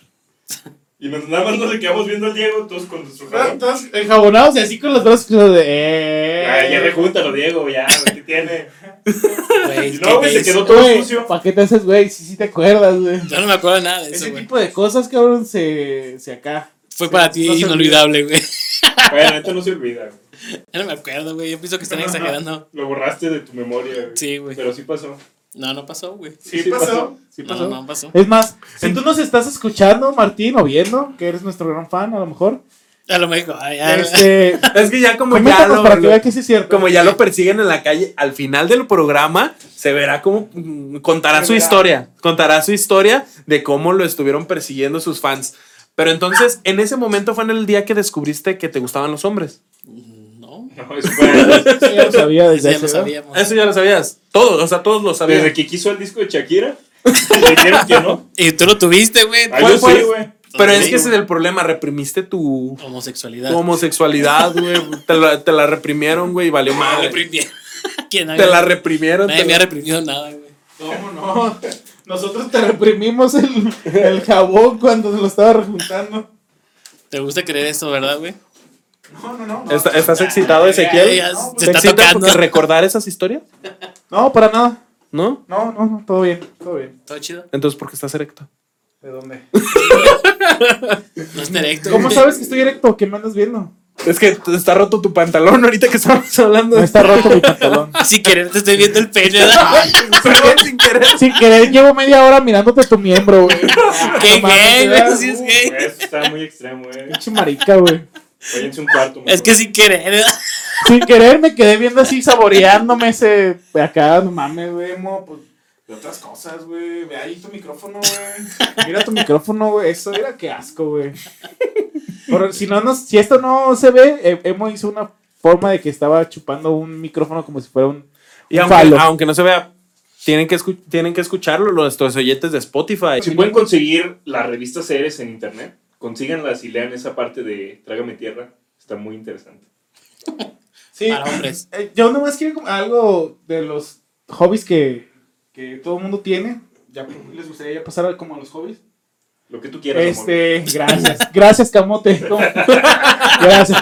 S1: Y nos, nada más nos le quedamos viendo al Diego, todos con nuestro jabón.
S4: Entonces, <laughs> enjabonados y así con los brazos cruzados de.
S1: Ya, ya,
S4: Eh.
S1: rejúntalo, Diego, ya, güey, ¿qué tiene?
S3: Güey,
S1: Y
S3: ¿qué
S1: no, güey, se
S3: hizo?
S1: quedó todo
S4: Güey,
S1: sucio.
S4: ¿para qué te haces, güey? Sí, sí te acuerdas, güey.
S3: Yo no me acuerdo de nada de eso,
S4: Ese
S3: güey.
S4: tipo de cosas, cabrón, se, se acá.
S3: Fue para ti
S4: no se
S3: inolvidable, güey.
S1: Bueno, esto no se olvida, güey.
S3: Ya no me acuerdo, güey. Yo pienso que están exagerando.
S1: Lo borraste de tu memoria, güey.
S3: Sí, güey.
S1: Pero sí pasó.
S3: No, no pasó, güey.
S1: Sí, sí pasó.
S4: Sí
S3: No,
S4: pasó.
S3: no pasó.
S4: Es más, si tú nos estás escuchando, Martín, o viendo, que eres nuestro gran fan, a lo mejor.
S3: A lo mejor. ay, ay,
S4: Este,
S2: Es que ya como ya
S4: coméntanos
S2: lo,
S4: pues para que
S2: lo-
S4: vean que sí es cierto.
S2: como ya lo persiguen en la calle, al final del programa se verá cómo mm, contará su historia, contará su historia de cómo lo estuvieron persiguiendo sus fans. Pero entonces, en ese momento fue en el día que descubriste que te gustaban los hombres.
S3: No.
S1: No, eso fue
S4: <laughs> Sí, ya lo sabía
S3: Eso
S4: desde
S3: <laughs> ya lo
S4: hace, ¿no?
S3: sabíamos.
S2: Eso ya lo sabías. Todos, o sea, todos lo sabían.
S1: desde que quiso el disco de Shakira. le dijeron que
S3: <laughs>
S1: no.
S3: Y tú lo tuviste, güey.
S1: Ay,
S2: ¿Cuál
S1: yo
S2: fue?
S1: sí, güey.
S2: Pero
S3: Sí,
S2: es que ese es
S3: güey.
S2: el problema, reprimiste tu,
S3: Homosexualidad. <laughs>
S2: tu homosexualidad, güey. te, la, te la reprimieron, güey, y valió
S3: Me
S2: madre.
S3: reprimieron. <laughs> ¿Quién
S2: Te la
S3: haga?
S2: reprimieron.
S3: Nadie
S2: te
S3: me
S2: la-
S3: ha reprimido nada, güey.
S4: ¿Cómo no? <laughs> Nosotros te reprimimos el, el jabón cuando lo estaba rejuntando.
S3: ¿Te gusta creer eso, verdad, güey?
S4: No, no, no. No,
S2: ¿Está- ¿Estás excitado,
S3: Ay,
S2: Ezequiel?
S3: ya
S4: No, pues,
S3: se
S2: ¿Te
S3: está
S2: excita
S3: tocando.
S2: porque recordar esas historias?
S4: No, para nada.
S2: ¿No?
S4: No, no, no, todo bien, todo bien.
S3: Todo chido.
S2: Entonces, ¿por qué estás erecto?
S4: ¿De dónde?
S3: No es directo.
S4: ¿Cómo
S3: güey.
S4: sabes que estoy erecto? ¿Qué me andas viendo?
S2: Es que te está roto tu pantalón ahorita que estamos hablando.
S4: No
S2: de-
S4: está roto mi
S3: <laughs>
S4: pantalón.
S3: Sin querer te estoy viendo el
S4: <laughs>
S3: pene. ¿verdad?
S2: Perdón, sin querer.
S4: Sin querer, llevo media hora mirándote tu miembro, güey.
S3: Qué
S4: Ah,
S3: gay,
S4: No mames,
S3: güey.
S4: ¿verdad?
S3: Eso sí es gay.
S1: Güey, Eso está muy extremo, güey.
S4: Pinche marica, güey.
S1: Váyanse a un cuarto. mejor.
S3: <laughs> Es que sin querer. ¿verdad?
S4: Sin querer me quedé viendo así, saboreándome ese. Acá, no mames, güey, mo, pues. De otras cosas, güey. Ve ahí tu micrófono, güey. Mira tu micrófono, güey. Eso era qué asco, güey. Pero si no nos, si esto no se ve, eh, Emo hizo una forma de que estaba chupando un micrófono como si fuera un.
S2: Y
S4: Un
S2: aunque,
S4: falo.
S2: aunque no se vea, tienen que, escu- tienen que escucharlo nuestros oyentes de Spotify.
S1: Si pueden conseguir las revistas Ceres en internet, consíganlas y lean esa parte de Trágame Tierra. Está muy interesante.
S4: Sí.
S3: Para hombres.
S4: <laughs> Eh, Yo nomás quiero como algo de los hobbies que, que todo el mundo tiene. Ya pues, les gustaría ya pasar a- como a los hobbies.
S1: Lo que tú quieras, amor.
S4: Este, <laughs> gracias. Gracias, Camote. ¿Cómo? <laughs> Gracias.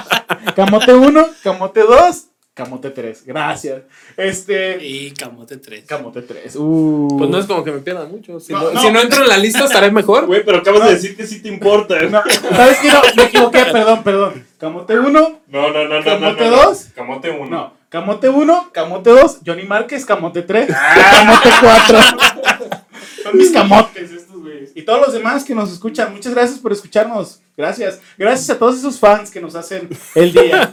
S4: Camote 1, Camote 2, Camote 3. Gracias. Este.
S3: <laughs> Y camote 3.
S4: Camote 3. Uh.
S2: Pues no es como que me pierdan mucho. Si no,
S4: No, no.
S2: si no entro en la lista, estaré <laughs> mejor.
S1: Güey, pero acabas de decir que sí te importa. No,
S4: No, ¿Sabes qué? No,
S2: <laughs>
S4: me equivoqué, perdón, perdón. Camote 1,
S1: no, no, no. no,
S4: ¿Camote
S1: no, no.
S4: dos?
S1: Camote uno.
S4: no. Camote 1, Camote 2, Johnny Márquez, Camote 3,
S2: Ah.
S4: Camote 4.
S2: <laughs>
S4: Son mis camotes estos güeyes. Y todos los demás que nos escuchan, muchas gracias por escucharnos.
S2: <laughs>
S4: Gracias. Gracias a todos esos fans que nos hacen el día.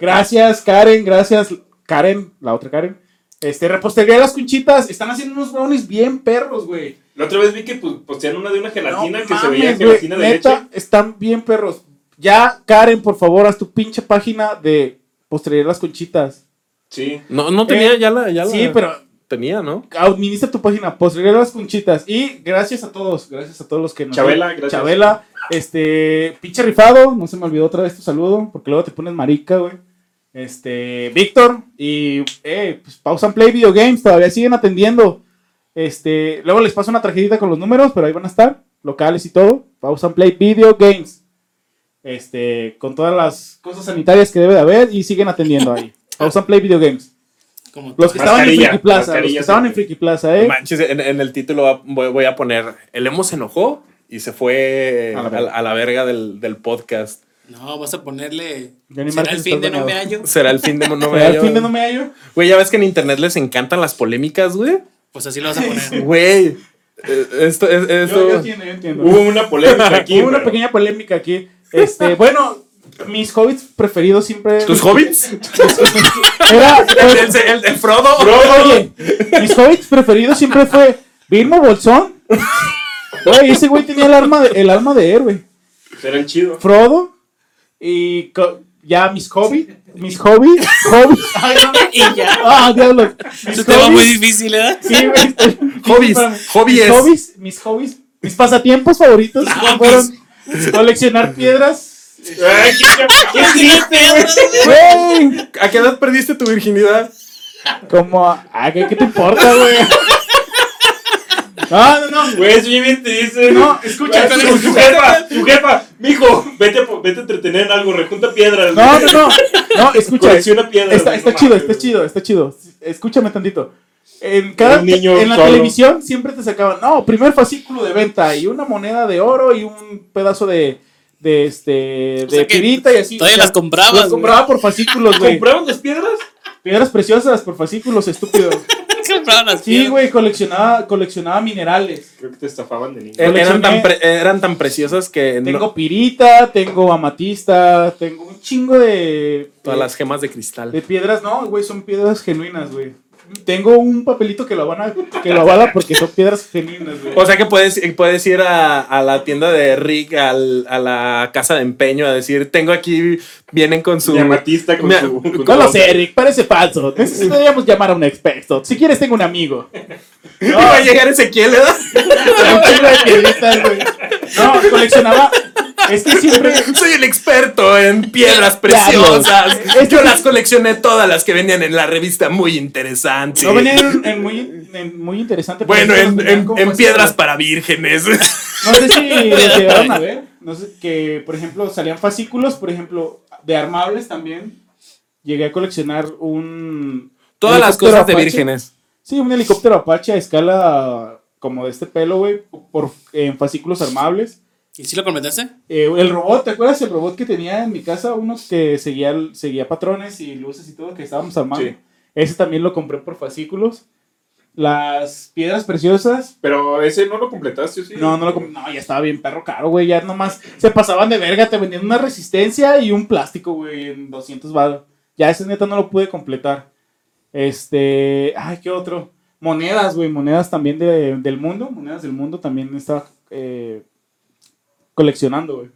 S4: Gracias, Karen. Gracias, Karen, la otra Karen. Este, repostería de las conchitas. Están haciendo unos brownies bien perros, güey.
S1: La otra vez vi que pues, postean una de una gelatina
S4: No
S1: que se
S4: mames,
S1: veía
S4: güey,
S1: gelatina de
S4: neta,
S1: leche.
S4: Están bien perros. Ya, Karen, por favor, haz tu pinche página de postería de las conchitas.
S1: Sí.
S2: No, no tenía
S4: Eh,
S2: ya la. Ya
S4: Sí,
S2: la
S4: pero
S2: Tenía, ¿no?
S4: administra tu página, postería de las conchitas. Y gracias a todos, gracias a todos los que nos.
S1: Chabela, gracias.
S4: Chabela, este, pinche rifado, no se me olvidó otra vez tu saludo, porque luego te pones marica, güey. Este, Víctor, y, eh, pues pausan play videogames, todavía siguen atendiendo. Este, luego les paso una tarjetita con los números, pero ahí van a estar, locales y todo. Pausan play videogames. Este, con todas las cosas sanitarias que debe de haber y siguen atendiendo ahí. Pausan play videogames.
S3: Como
S4: Los que estaban en
S1: Mascarilla,
S4: Friki Plaza, los que
S1: mascarilla
S4: estaban en
S1: siempre.
S4: Friki Plaza, eh.
S2: Manches, en, en el título va- voy, voy a poner. El emo se enojó y se fue
S4: A
S2: a
S4: la
S2: a
S4: verga.
S2: la, verga del, del podcast.
S3: No, vas a ponerle.
S4: Johnny
S3: ¿Será
S4: Márquez
S3: el fin
S4: está
S3: de no me
S4: baneado.
S3: hallo?
S2: Será el fin de
S4: <laughs>
S2: no me
S4: Pero al
S2: hallo.
S4: fin de no me hallo.
S2: Güey, ya ves que en internet les encantan las polémicas, güey.
S3: Pues así lo vas a poner.
S2: Güey. eh, Esto es.
S4: Yo,
S2: Esto...
S4: yo entiendo, yo entiendo.
S1: Hubo una
S4: <laughs>
S1: polémica aquí.
S4: Hubo una
S1: pero-
S4: pequeña polémica aquí. Este, bueno, mis hobbits preferidos siempre.
S2: ¿Tus hobbits?
S4: <laughs> Era- era-
S2: el, el, el Frodo.
S4: Oye, mis hobbits preferidos siempre fue Vilmo Bolsón. Güey, ese güey tenía el arma de, el alma de héroe.
S1: Era el chido.
S4: Frodo. Y co- ya mis hobbits. Mis hobbits. hobbits.
S3: <laughs>
S4: Ay, no.
S3: y ya.
S4: Ah, diablo. Mis
S3: Es un tema muy
S4: hobbits.
S3: difícil, ¿eh?
S4: Sí, güey, estoy-
S2: Hobbies,
S4: Discúlpame.
S2: hobbies.
S4: Mis hobbies, mis hobbies, mis pasatiempos favoritos
S3: Hobbies.
S4: fueron coleccionar piedras.
S1: Ay, ¿quién- quién- quién-
S3: <laughs>
S4: Güey,
S2: ¿A qué edad perdiste tu virginidad?
S4: como, a- ah, ¿qué, qué te importa, güey? No, no,
S1: <laughs>
S4: no.
S1: Güey, eso ya bien te dice.
S4: No, escucha,
S1: Vete
S4: escucha.
S1: con tu jefa, tu jefa, mijo, vete, a po- vete a entretener en algo, rejunta piedras.
S4: No,
S1: güey.
S4: no, no. No, escucha.
S1: Colecciona piedras,
S4: Está,
S1: güey,
S4: está
S1: no
S4: chido,
S1: mames,
S4: está
S1: güey.
S4: chido, está chido. Escúchame tantito. En, cada,
S1: Un niño
S4: en la
S1: solo.
S4: televisión siempre te sacaban, no, primer fascículo de venta y una moneda de oro y un pedazo de, de este, de
S3: O sea que
S4: pirita y así.
S3: Todavía
S4: o sea,
S3: las comprabas.
S4: Las
S3: güey.
S4: compraba
S1: <laughs>
S4: por fascículos, güey.
S1: ¿Compraban las piedras?
S4: Piedras preciosas por fascículos,
S1: <laughs>
S4: estúpido.
S3: Compraba las
S4: Sí, güey, coleccionaba, coleccionaba minerales.
S1: Creo que te estafaban de niño.
S4: Eh,
S2: Eran
S4: Coleccioné-
S2: tan, pre- eran tan preciosas que no-
S4: Tengo pirita, tengo amatista, tengo un chingo de.
S2: todas
S4: de-
S2: las gemas de cristal.
S4: de piedras, no, güey, son piedras genuinas, güey. Tengo un papelito que lo van a, que lo avala porque son piedras genuinas, güey.
S2: O sea que puedes, puedes ir a, a la tienda de Rick, al- a la casa de empeño, a decir, tengo aquí, vienen con su...
S1: De amatista con
S2: Mira,
S1: su. con
S4: No
S1: su-
S4: lo sé, Eric, parece falso. Necesitaríamos llamar a un experto. Si quieres, tengo un amigo. No,
S2: Va a llegar Ezequiel, ¿eh? ¿verdad?
S4: un chingo de piedritas, güey. No, coleccionaba. Es que siempre.
S2: Soy el experto en piedras preciosas. Yo las coleccioné todas las que venían en la revista, muy interesante.
S4: No venían en, en muy, en muy interesante. pero
S2: Bueno,
S4: estos
S2: en,
S4: venían
S2: en-
S4: como
S2: en
S4: así,
S2: piedras para vírgenes.
S4: No sé si
S2: <laughs>
S4: los llegaron a ver. No sé, que por ejemplo salían fascículos, por ejemplo, de armables también. Llegué a coleccionar un.
S2: Todas las
S4: helicóptero
S2: cosas de
S4: Apache.
S2: vírgenes.
S4: Sí, un helicóptero Apache a escala como de este pelo, güey, por, en fascículos armables.
S3: ¿Y si lo comentaste?
S4: Eh, el robot, ¿te acuerdas el robot que tenía en mi casa? Uno que seguía, el- seguía patrones y luces y todo que estábamos armando.
S1: Sí.
S4: Ese también lo compré por fascículos. Las piedras preciosas,
S1: Pero ese no lo completaste, ¿o ¿sí?
S4: No, no lo comp- No, ya estaba bien perro caro, güey. Ya nomás se pasaban de verga. Te vendían una resistencia y un plástico, güey, en 200 baros. Ya ese neta no lo pude completar. Este. Ay, ¿qué otro? Monedas, güey. Monedas también de- del mundo. Monedas del mundo también estaba eh, coleccionando, güey.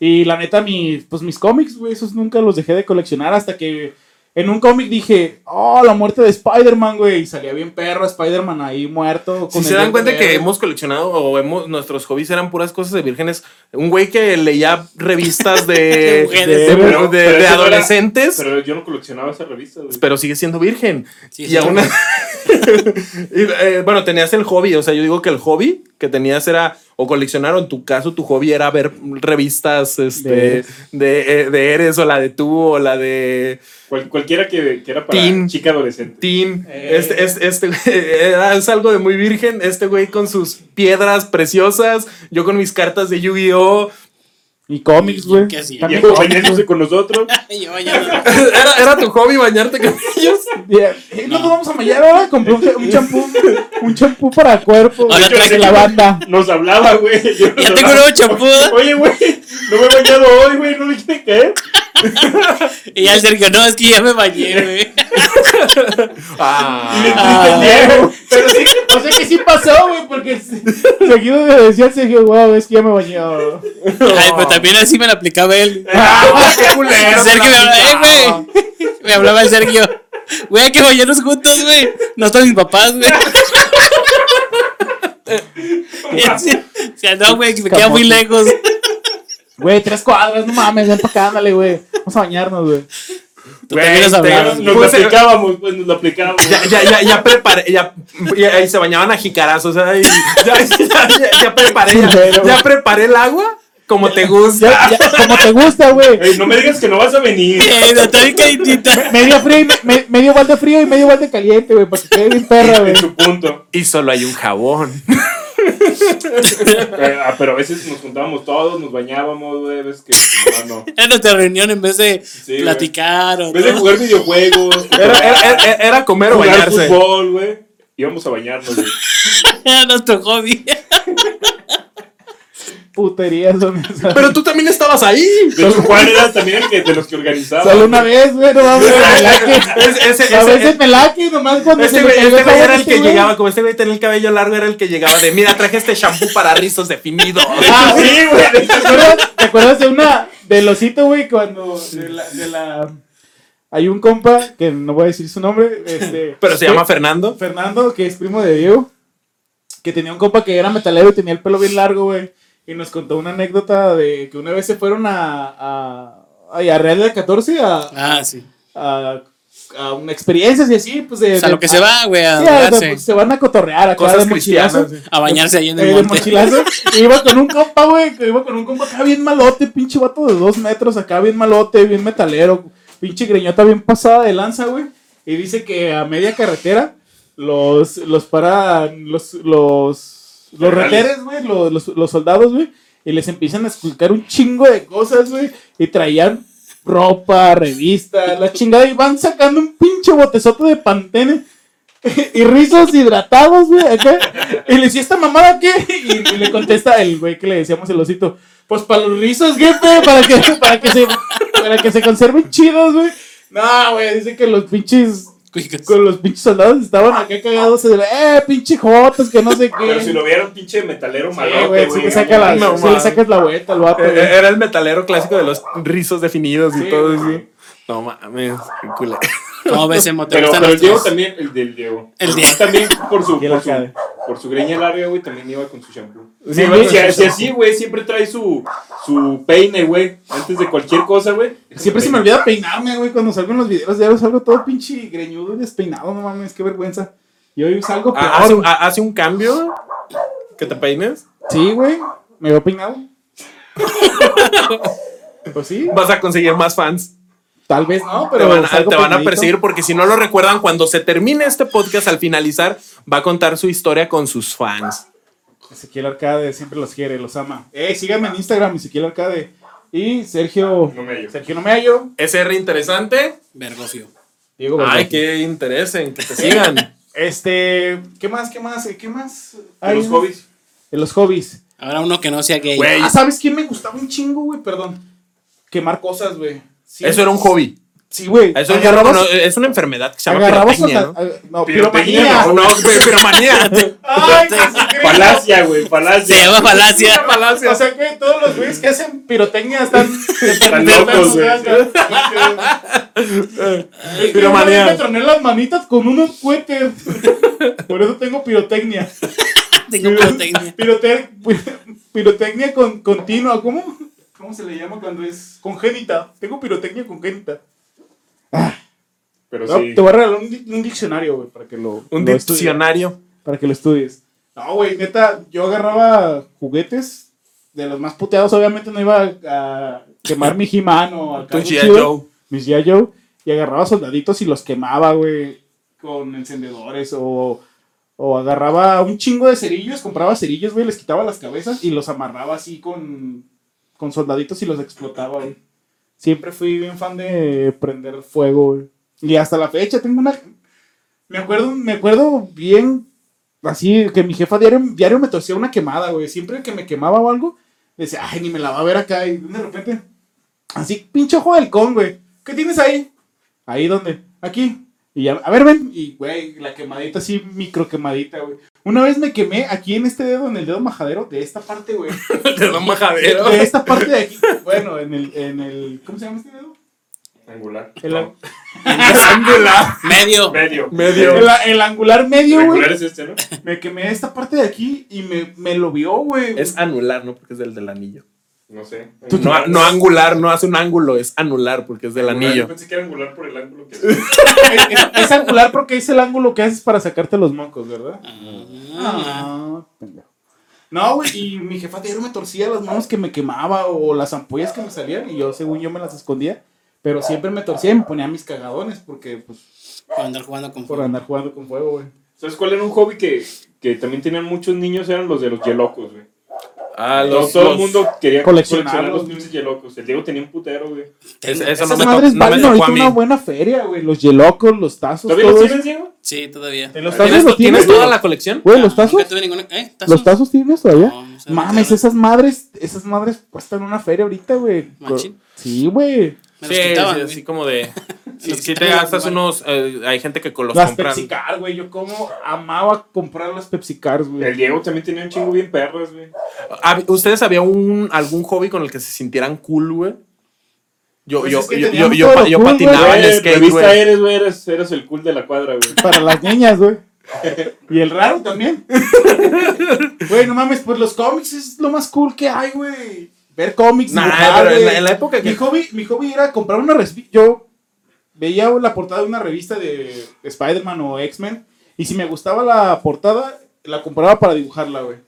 S4: Y la neta, mi, pues mis cómics, güey, esos nunca los dejé de coleccionar hasta que en un cómic dije, oh, la muerte de Spider-Man, güey. Y salía bien perro Spider-Man ahí muerto.
S2: Si
S4: con
S2: se
S4: el
S2: dan cuenta
S4: Duende
S2: que
S4: Verde.
S2: hemos coleccionado o hemos, nuestros hobbies eran puras cosas de vírgenes. Un güey que leía revistas
S3: De
S2: de, de,
S3: mujeres.
S2: de-
S1: Pero- pero
S2: de- de
S1: eso no era-
S2: adolescentes,
S1: Pero yo no coleccionaba esa revista, güey.
S2: pero sigue siendo virgen.
S3: Sí,
S2: y
S3: sí,
S2: aún
S3: sí. <laughs>
S2: Y, eh, bueno, tenías el hobby, o sea, yo digo que el hobby que tenías era, o coleccionar, o en tu caso, tu hobby era ver revistas
S4: De
S2: este,
S4: Eres.
S2: de, eh, de Eres, o la de tú, o la de
S1: Cual- cualquiera que, que era para
S2: Teen.
S1: chica adolescente.
S2: Tim.
S4: Eh.
S2: Este, este, este <laughs> güey, era- es algo de muy virgen. Este güey con sus piedras preciosas, yo con mis cartas de Yu-Gi-Oh! <laughs>
S4: Y cómics, güey.
S3: ¿Qué hacía?
S1: Y
S4: También cómics,
S1: acompañándose con nosotros.
S3: Ay, yo ya no-
S2: Era, era tu hobby bañarte con ellos.
S4: güey. Eh, No nos vamos a mallar ahora. Compré un un champú. Un champú para cuerpo.
S3: Ahora
S4: güey,
S3: trae-
S4: de lavanda.
S1: Nos hablaba, güey. Yo nos
S3: Ya tengo
S1: hablaba.
S3: nuevo champú. ¿eh?
S1: Oye, güey, no me he bañado hoy, güey, no le quise caer.
S3: Y ya el Sergio, no, es que ya me bañé, güey.
S2: Ah.
S4: Pero sí, o sea que sí pasó, güey, porque se- seguido de decía Sergio, wow, es que ya me bañé. güey".
S3: Ay, pero también así me la aplicaba él.
S2: Ah, qué culero.
S3: Sergio me hablaba, eh,
S2: platicado.
S3: güey. Me hablaba el Sergio. Güey, hay que bañarnos juntos, güey. No están mis papás, güey. <laughs> O sea, no, güey, que me queda muy lejos.
S4: Güey, tres cuadras, no mames, ven para acá, ándale, güey. Vamos a bañarnos, güey.
S3: Tú también has hablado.
S1: Nos
S2: Pues,
S1: lo aplicábamos, pues nos lo aplicábamos.
S2: Ya, ya, ya, ya preparé, ya, ya- y se bañaban a jicarazos, o sea, y ya, ya, ya- ya preparé, ya, ya preparé el agua como te gusta.
S4: Ya, ya, como te gusta, güey.
S1: Ey, no me digas que no vas a
S3: <laughs>
S1: venir.
S3: Eh, no, está bien calientita.
S4: Medio frío y <laughs> me- me- medio balde frío y medio balde caliente, güey, para que quede bien perra, güey.
S1: En su punto.
S2: Y solo hay un jabón.
S1: Eh, ah, pero a veces nos juntábamos todos, nos bañábamos, güey. Ves que no, no.
S3: Era nuestra reunión en vez de
S1: güey.
S3: platicar o
S1: En vez de
S3: todo.
S1: jugar videojuegos,
S2: Era, era- era- era comer o
S1: jugar
S2: bañarse.
S1: fútbol, güey. Íbamos a bañarnos, güey.
S3: <laughs> Era nuestro hobby.
S4: Puterías, güey.
S2: Pero tú también estabas ahí.
S1: De hecho, Juan era también el que, de los que organizaba.
S4: Solo una vez, güey, no mames,
S2: <laughs>
S4: me laque.
S2: Ese- ese-
S4: A
S2: ese-
S4: veces me laque, nomás cuando
S2: Este
S4: se
S2: güey,
S4: me cayó
S2: este güey era el
S4: este,
S2: que
S4: güey.
S2: llegaba, como este güey tenía el cabello largo, era el que llegaba de, mira, traje este shampoo para rizos definidos.
S4: Ah, sí,
S1: Sí, güey.
S4: ¿Te acuerdas, te acuerdas de una del osito, güey? Cuando de la, de la- hay un compa que no voy a decir su nombre, este,
S2: Pero se
S4: que-
S2: llama Fernando.
S4: Fernando, que es primo de Diego, que tenía un compa que era metalero y tenía el pelo bien largo, güey. Y nos contó una anécdota de que una vez se fueron a a, ay, a Real del 14 a,
S3: Ah, sí.
S4: a, a una experiencia y así, pues de,
S3: O sea,
S4: de-
S3: lo que se va, güey, a
S4: Sí, a-
S3: drogarse,
S4: pues, se van a cotorrear a
S2: Cosas
S4: cosas cristianas.
S2: cristianas,
S3: a bañarse ahí en
S4: Eh,
S3: el
S4: de
S3: monte. <laughs>
S4: mochilazo. Y iba con un compa, güey. que Iba con un compa acá bien malote, pinche vato de dos metros, acá bien malote, bien metalero. Pinche greñota bien pasada de lanza, güey. Y dice que a media carretera los, los paran, los, los, los
S1: Reales.
S4: reteres, güey, los, los, los soldados, güey. Y les empiezan a esculcar un chingo de cosas, güey. Y traían ropa, revistas, la chingada. Y van sacando un pinche botezote de pantene y rizos hidratados, güey, acá. Y le decía, ¿esta mamada qué? Y, y le contesta el güey que le decíamos el osito, pues para los rizos, jefe, para que, para que se, para que se conserven chidos, güey. No, güey, dice que los pinches, con los pinches soldados estaban acá cagados, de la- eh, pinche jotos, que no sé
S1: Pero si
S4: qué.
S1: lo vieron, pinche metalero
S4: Eh,
S1: malote,
S4: güey, si le saca la,
S2: No,
S4: sí le
S2: man.
S4: sacas la vuelta al vato,
S2: Eh,
S4: güey.
S2: Era el metalero clásico de los rizos definidos
S4: Sí,
S2: y todo
S4: güey.
S2: así. No mames, qué culero.
S3: ¿Cómo ves en motel?
S1: Pero, pero el Diego también, el del Diego.
S3: El
S1: Juan
S3: Diego.
S1: también por su,
S4: Ya
S1: por
S4: la
S1: su,
S4: cabe.
S1: por su greña larga, güey, también iba con su shampoo.
S2: Sí,
S1: Sí, güey,
S2: güey, con
S1: si,
S2: su
S1: si así, güey, siempre trae su, su peine, güey, antes de cualquier cosa, güey.
S2: eh.
S4: Siempre se me olvida peinarme, güey, cuando salgo en los videos, ya salgo todo pinche greñudo y despeinado, no mames, qué vergüenza. Y hoy salgo peor,
S2: Ah, Hace,
S4: güey.
S2: un- ah, hace un cambio que te peines.
S4: Sí, güey. Me veo peinado. pues sí.
S2: Vas a conseguir más fans.
S4: Tal vez no,
S2: Te
S4: pero.
S2: van, a,
S4: salgo
S2: te van a
S4: peinadito.
S2: perseguir porque si no lo recuerdan, cuando se termine este podcast, al finalizar, va a contar su historia con sus fans.
S4: Ezequiel Arcade siempre los quiere, los ama. Eh, síganme en Instagram, Ezequiel Arcade. Y Sergio.
S1: No me hallo.
S4: Sergio Nomeayo.
S2: SR interesante.
S3: Vergofio.
S4: Diego
S2: Ay,
S4: Vergara.
S2: qué interesen, que te <laughs> sigan.
S4: Este. ¿Qué más? ¿Qué más? eh, ¿Qué más?
S1: De
S4: hay?
S1: los hobbies.
S4: De los hobbies.
S3: Ahora uno que no sea gay.
S2: Güey.
S4: Ah, ¿sabes quién me gustaba un chingo, güey? Perdón. Quemar cosas, güey. Sí.
S2: Eso era un hobby.
S4: Sí, güey.
S2: Eso yo
S4: agarrabas.
S2: no- es una enfermedad que se llama
S4: agarrabas.
S2: pirotecnia,
S4: hasta-
S2: ¿no?
S4: ah, No,
S1: Pirotecnia,
S4: piromanía.
S2: No, no, güey, <laughs> piromanía.
S4: Ay, Jesucristo.
S1: Falacia, güey,
S3: Se
S1: falacia.
S3: llama
S4: Una
S1: <laughs>
S3: falacia.
S4: falacia. O sea que todos los güeyes que hacen pirotecnia están,
S1: Están locos, güey. <laughs>
S2: Piromanía.
S4: Piromanía. Me troné las manitas con unos cohetes. Por eso tengo pirotecnia.
S3: Tengo
S4: <laughs>
S3: pirotecnia.
S4: Pirote- pi- pirotecnia con, continua. ¿Cómo? ¿Cómo se le llama cuando es congénita? Tengo pirotecnia congénita.
S1: Pero
S4: No,
S1: Pues sí.
S4: Te voy a regalar un, di- un diccionario, güey, para que lo.
S2: Un
S4: lo estudies.
S2: diccionario.
S4: Para que lo estudies. No, güey, neta, yo agarraba juguetes de los más puteados. Obviamente no iba a, a quemar mi He-Man o a
S2: Tu
S4: Carlos
S2: G.I.
S4: Chido,
S2: Joe.
S4: Mis G.I. Joe. Y agarraba soldaditos y los quemaba, güey, con encendedores o, o agarraba un chingo de cerillos, compraba cerillos, güey, les quitaba las cabezas y los amarraba así con, con soldaditos y los explotaba, güey. Siempre fui bien fan de prender fuego, güey. Y hasta la fecha tengo una... Me acuerdo, me acuerdo bien así que mi jefa diario, diario me torcía una quemada, güey. Siempre que me quemaba o algo, decía, ay, ni me la va a ver acá. Y de repente, así, pinche ojo del con, güey. ¿Qué tienes ahí? ¿Ahí dónde? Aquí. Y ya, a ver, ven. Y, güey, la quemadita así, micro quemadita, güey. Una vez me quemé aquí en este dedo, en el dedo majadero, de esta parte, güey.
S2: Te da un majadero. <laughs>
S4: <laughs> De esta parte de aquí. Bueno, en el, en el. ¿Cómo se llama este dedo?
S1: Angular.
S4: El,
S1: No,
S2: Angular.
S3: Medio.
S1: Medio.
S2: Medio.
S4: el- el angular medio, güey.
S1: Angular es este, ¿no?
S4: Me quemé esta parte de aquí y me, me lo vio, güey.
S2: Es anular, ¿no? Porque es del del anillo.
S1: No sé.
S4: Tú-
S2: No, no angular, no hace un ángulo, es anular porque es del
S1: Yo
S2: anillo.
S1: pensé que era angular por el ángulo que es.
S4: Es- es- es angular porque es el ángulo que haces para sacarte los mocos, ¿verdad?
S3: Ah,
S4: Ah, pendejo. No, güey, y mi jefa diario me torcía las manos que me quemaba o las ampollas que me salían y yo, según yo, me las escondía. Pero siempre me torcía y me ponía mis cagadones porque, pues,
S3: por andar jugando con
S4: por
S3: fuego.
S4: andar jugando con fuego, güey.
S1: ¿Sabes cuál era un hobby que, que también tenían muchos niños? Eran los de los yelocos, güey.
S2: Ah,
S1: Los- todo el mundo quería
S4: Coleccionarlos.
S1: coleccionar los pinches yelocos. El Diego tenía un putero, güey.
S4: Pues
S2: Es-
S3: Ten-
S2: eso no
S4: Esas
S2: me, to-
S4: madres
S2: no me
S4: valen
S2: tocó
S4: ahorita
S2: a mí.
S4: una buena feria, güey. Los yelocos, los tazos,
S1: ¿Todavía lo
S4: todo eso.
S1: tienes, Diego? Ah,
S3: Sí, todavía.
S4: ¿En los tazos
S2: ¿Tienes,
S4: lo
S2: tienes
S4: tienes?
S2: toda la colección?
S4: Güey, los
S3: Ah,
S4: tazos.
S3: Nunca tuve ninguna. ¿Eh? ¿Tazos?
S4: ¿Los tazos tienes todavía?
S3: No, no sé,
S4: Mames,
S3: no sé.
S4: esas madres, esas madres cuestan una feria ahorita, güey.
S3: Machín.
S4: Sí, güey.
S3: Me los quitaban. güey.
S2: así como de. Si,
S3: los
S2: si te
S3: quitaban,
S2: gastas
S3: vale.
S2: unos. eh, hay gente que con los
S4: Las
S2: compran.
S4: Pepsi Car, güey. Yo como amaba comprar las Pepsi Cars,
S1: El
S4: güey.
S1: Diego también tenía un chingo bien perras, güey.
S2: Hab- ¿Ustedes había un, algún hobby con el que se sintieran cool, güey? Yo,
S4: Pues
S2: yo,
S4: es que
S2: yo, yo,
S4: teníamos
S2: yo
S4: todo
S2: pa- yo
S4: cool,
S2: patinaba
S1: Güey,
S2: Ah, en skate,
S1: revista
S2: güey.
S1: eres, güey. Eres, eres el cool de la cuadra, güey.
S4: Para las
S2: <laughs>
S4: niñas, güey. Y el raro también. Güey, no mames, pues los cómics es lo más cool que hay, güey. Ver cómics,
S2: Nah,
S4: dibujar,
S2: pero en la-
S4: güey.
S2: en la época que-
S4: Mi hobby, mi hobby era comprar una revista. Yo veía la portada de una revista de Spider-Man o X-Men. Y si me gustaba la portada, la compraba para dibujarla, güey.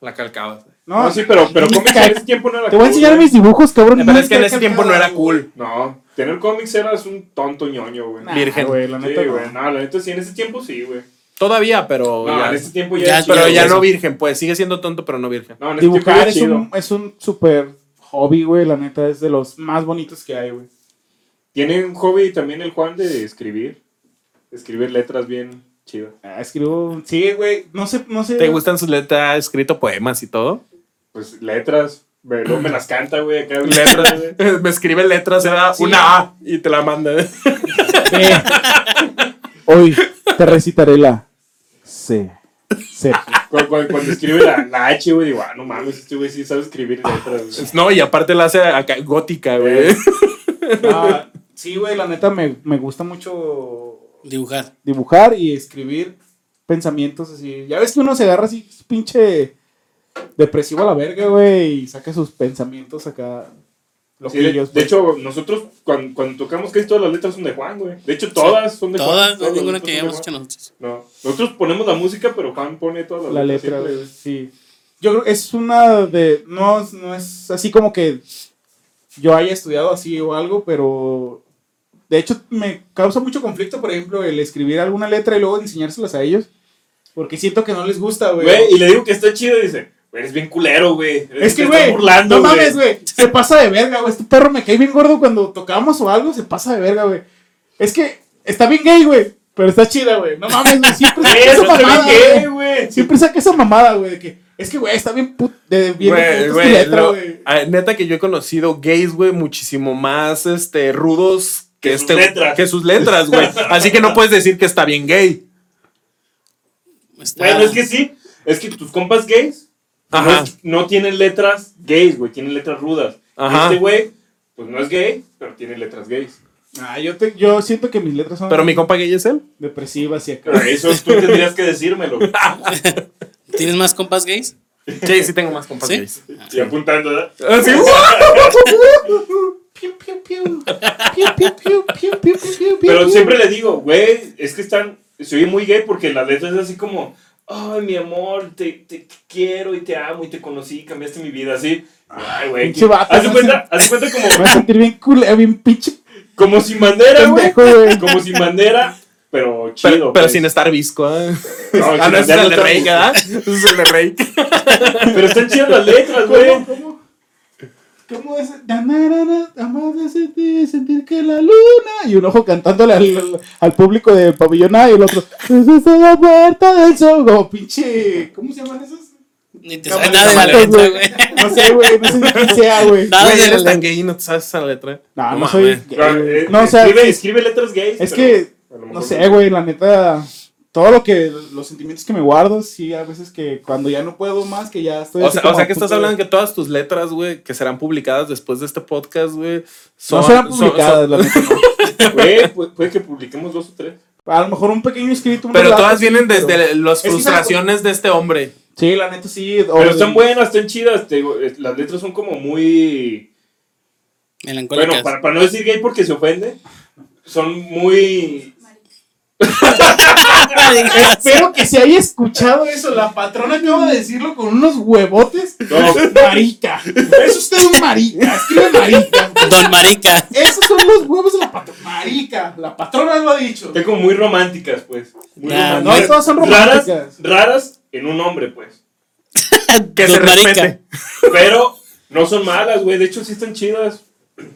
S2: La calcabas.
S1: No, sí, pero, pero cómics en ese tiempo no era
S4: Te voy a
S1: cool,
S4: enseñar
S1: güey.
S4: mis dibujos, cabrón.
S2: Pero es que en
S4: Nunca
S2: ese
S4: he
S2: tiempo no era
S4: calcado,
S2: cool.
S1: No, tener cómics eras un tonto ñoño, güey.
S4: güey. Nah,
S2: Virgen.
S4: güey, la neta,
S1: sí,
S4: güey.
S1: güey. No, la neta sí, en ese tiempo sí, güey.
S2: Todavía, pero.
S1: No,
S2: Oh, ya,
S1: en ese tiempo ya.
S3: Ya,
S1: era
S2: pero
S1: chido,
S2: ya
S1: güey.
S2: no virgen, pues sigue siendo tonto, pero no virgen.
S1: No, en ese tiempo
S4: Dibujar
S1: era
S4: es
S1: chido.
S4: un, es un súper hobby, güey. La neta es de los más bonitos que hay, güey.
S1: Tiene un hobby también el Juan de escribir. Escribir letras bien chidas.
S4: Ah, escribo. Sí, güey. No sé, no sé.
S2: ¿Te gustan sus letras? ¿Has escrito poemas y todo?
S1: Pues letras. Me, luego me las canta, güey. Acá
S2: <laughs>
S1: letras, güey.
S2: Letras. Me escribe letras, era
S4: Sí.
S2: una A y te la manda.
S4: Ve. Hoy te recitaré la C. C.
S1: Cuando, cuando- cuando escribe la, la H, güey, digo, ah, no mames, este güey sí sabe escribir letras, güey.
S2: <laughs> No, y aparte la hace acá, gótica, güey. <laughs>
S1: Eh.
S4: Ah, sí, güey. La neta me, me gusta mucho
S3: Dibujar.
S4: dibujar y escribir pensamientos así. Ya ves que uno se agarra así, pinche depresivo a la verga, güey. Y saca sus pensamientos acá.
S1: Sí, de,
S4: loquillos,
S1: de
S4: pues.
S1: hecho, nosotros cuando, cuando tocamos casi todas las letras son de Juan, güey. De hecho, todas son de Juan.
S3: Todas, no hay
S1: las
S3: ninguna
S1: letras son de
S3: que
S1: Juan.
S3: hayamos hecho nosotros.
S1: No, nosotros ponemos la música, pero Juan pone todas las
S4: La
S1: letras.
S4: letra,
S1: siempre,
S4: güey, sí. Yo creo que es una de. No, es- no es así como que yo haya estudiado así o algo, pero. De hecho, me causa mucho conflicto, por ejemplo, el escribir alguna letra y luego enseñárselas a ellos. Porque siento que no les gusta, güey.
S1: Güey, y le digo que está chido y dice, güey, eres bien culero, güey. Eres-
S4: Es
S1: te
S4: que,
S1: estás
S4: güey,
S1: burlando,
S4: no mames, güey. Se pasa de verga, güey. Este perro me cae bien gordo cuando tocamos o algo, se pasa de verga, güey. Es que está bien gay, güey. Pero está chida, güey. No mames, güey.
S1: <laughs>
S4: Siempre
S1: Güey,
S4: saca esa
S1: eso también
S4: mamada,
S1: qué,
S4: güey.
S1: güey.
S4: Siempre saca esa mamada, güey, de que es que, güey, está bien put de bien
S2: Güey,
S4: puta
S2: güey,
S4: esta letra,
S2: lo-
S4: güey.
S2: ah, neta que yo he conocido gays, güey, muchísimo más este rudos que,
S1: Que sus
S2: este
S1: letras.
S2: que sus letras, <laughs> güey. Así que no puedes decir que está bien gay.
S3: Está-
S1: Bueno, es que sí. Es que tus compas gays no,
S2: Ajá.
S1: es- no tienen letras gays, güey. Tienen letras rudas.
S2: Ajá.
S1: Este güey, pues no es gay, pero tiene letras gays.
S4: Ah, yo te- yo siento que mis letras son
S2: Pero mi compa gay es él.
S4: depresivas y acá.
S1: Pero eso tú tendrías que decírmelo. güey.
S3: ¿Tienes más compas gays?
S2: Sí, sí tengo más compas
S3: ¿Sí?
S2: gays.
S1: Y apuntando, ¿verdad?
S2: Así, ¡uh!
S4: Piu, piu, piu. Piu, piu, piu, piu, piu, piu, piu,
S1: Pero
S4: piu.
S1: siempre le digo, güey, es que están. Se oye muy gay porque la letra es así como. Ay, mi amor, te, te quiero y te amo y te conocí, cambiaste mi vida, así. Ay, güey.
S4: Pinche vato,
S1: Haz de
S4: no
S1: cuenta, haz de cuenta como,
S4: Me voy a sentir bien cool, eh, bien pinche
S1: como sin bandera, güey.
S4: pendejo, güey.
S1: Como sin bandera, pero chido.
S2: Pero, pero
S1: pues.
S2: sin estar visco. ¿eh?
S1: No,
S2: <laughs> ah,
S1: sin
S2: no, ese es
S1: bandera
S2: el de
S1: está-
S2: Rey, ¿verdad? <laughs> Ese es el de Rey.
S1: Pero están chidas las letras, güey.
S4: ¿Cómo, cómo? ¿Cómo es? Na, na, na, na, Amor de sentir, sentir que la luna. Y un ojo cantándole al, al- al público de pabellón A y el otro. Desde la puerta del sol. Como pinche. ¿Cómo se llaman esas?
S3: Ni
S2: <laughs>
S3: te
S4: No,
S3: sabes
S4: no,
S3: nada de la
S4: no,
S3: letra,
S4: güey.
S3: güey.
S4: No sé, güey, no sé ni quién
S2: <laughs>
S4: sea, güey.
S3: Nada
S2: Güey,
S3: de la
S2: eres tan
S3: letra.
S2: gay y no te sabes esa letra.
S4: No, no
S2: mames.
S4: soy. gay,
S1: Pero, eh,
S4: güey. No, o sea,
S1: escribe,
S4: es
S1: escribe letras gays.
S4: es
S1: pero-
S4: que
S1: A lo
S4: No
S1: mejor
S4: sé, güey, la neta. Todo lo que. Los sentimientos que me guardo, sí, a veces que cuando ya no puedo más, que ya estoy.
S2: O
S4: así
S2: sea,
S4: como
S2: o sea
S4: a
S2: que estás
S4: punto de-
S2: hablando que todas tus letras, güey, que serán publicadas después de este podcast, güey, son.
S4: No serán
S2: son-
S4: publicadas,
S2: son-
S4: la neta. no.
S1: Güey, pu- puede que publiquemos dos o tres.
S4: A lo mejor un pequeño escrito. unos
S2: pero
S4: datos,
S2: todas vienen
S4: sí, pero-
S2: desde las
S4: que, ¿sabes?
S2: frustraciones de este hombre.
S4: Sí, la neta sí. o-
S1: Pero están buenas, están chidas. te digo, eh, las letras son como muy.
S3: Melancólicas.
S1: Bueno, para, para no decir gay porque se ofende, son muy.
S4: Espero que se haya escuchado eso. La patrona acaba de decirlo con unos huevotes.
S1: No,
S4: Marica. Es usted un marica. Escribe marica.
S3: Don Marica.
S4: Esos son los huevos de la patrona. Marica. La patrona lo ha dicho.
S1: están como muy románticas, pues. Muy
S3: Nah,
S1: románticas.
S4: no, todas son románticas.
S1: Raras, raras en un hombre, pues.
S2: Que se
S3: Don Marica.
S2: respete.
S1: Pero no son malas, güey. De hecho, sí están chidas.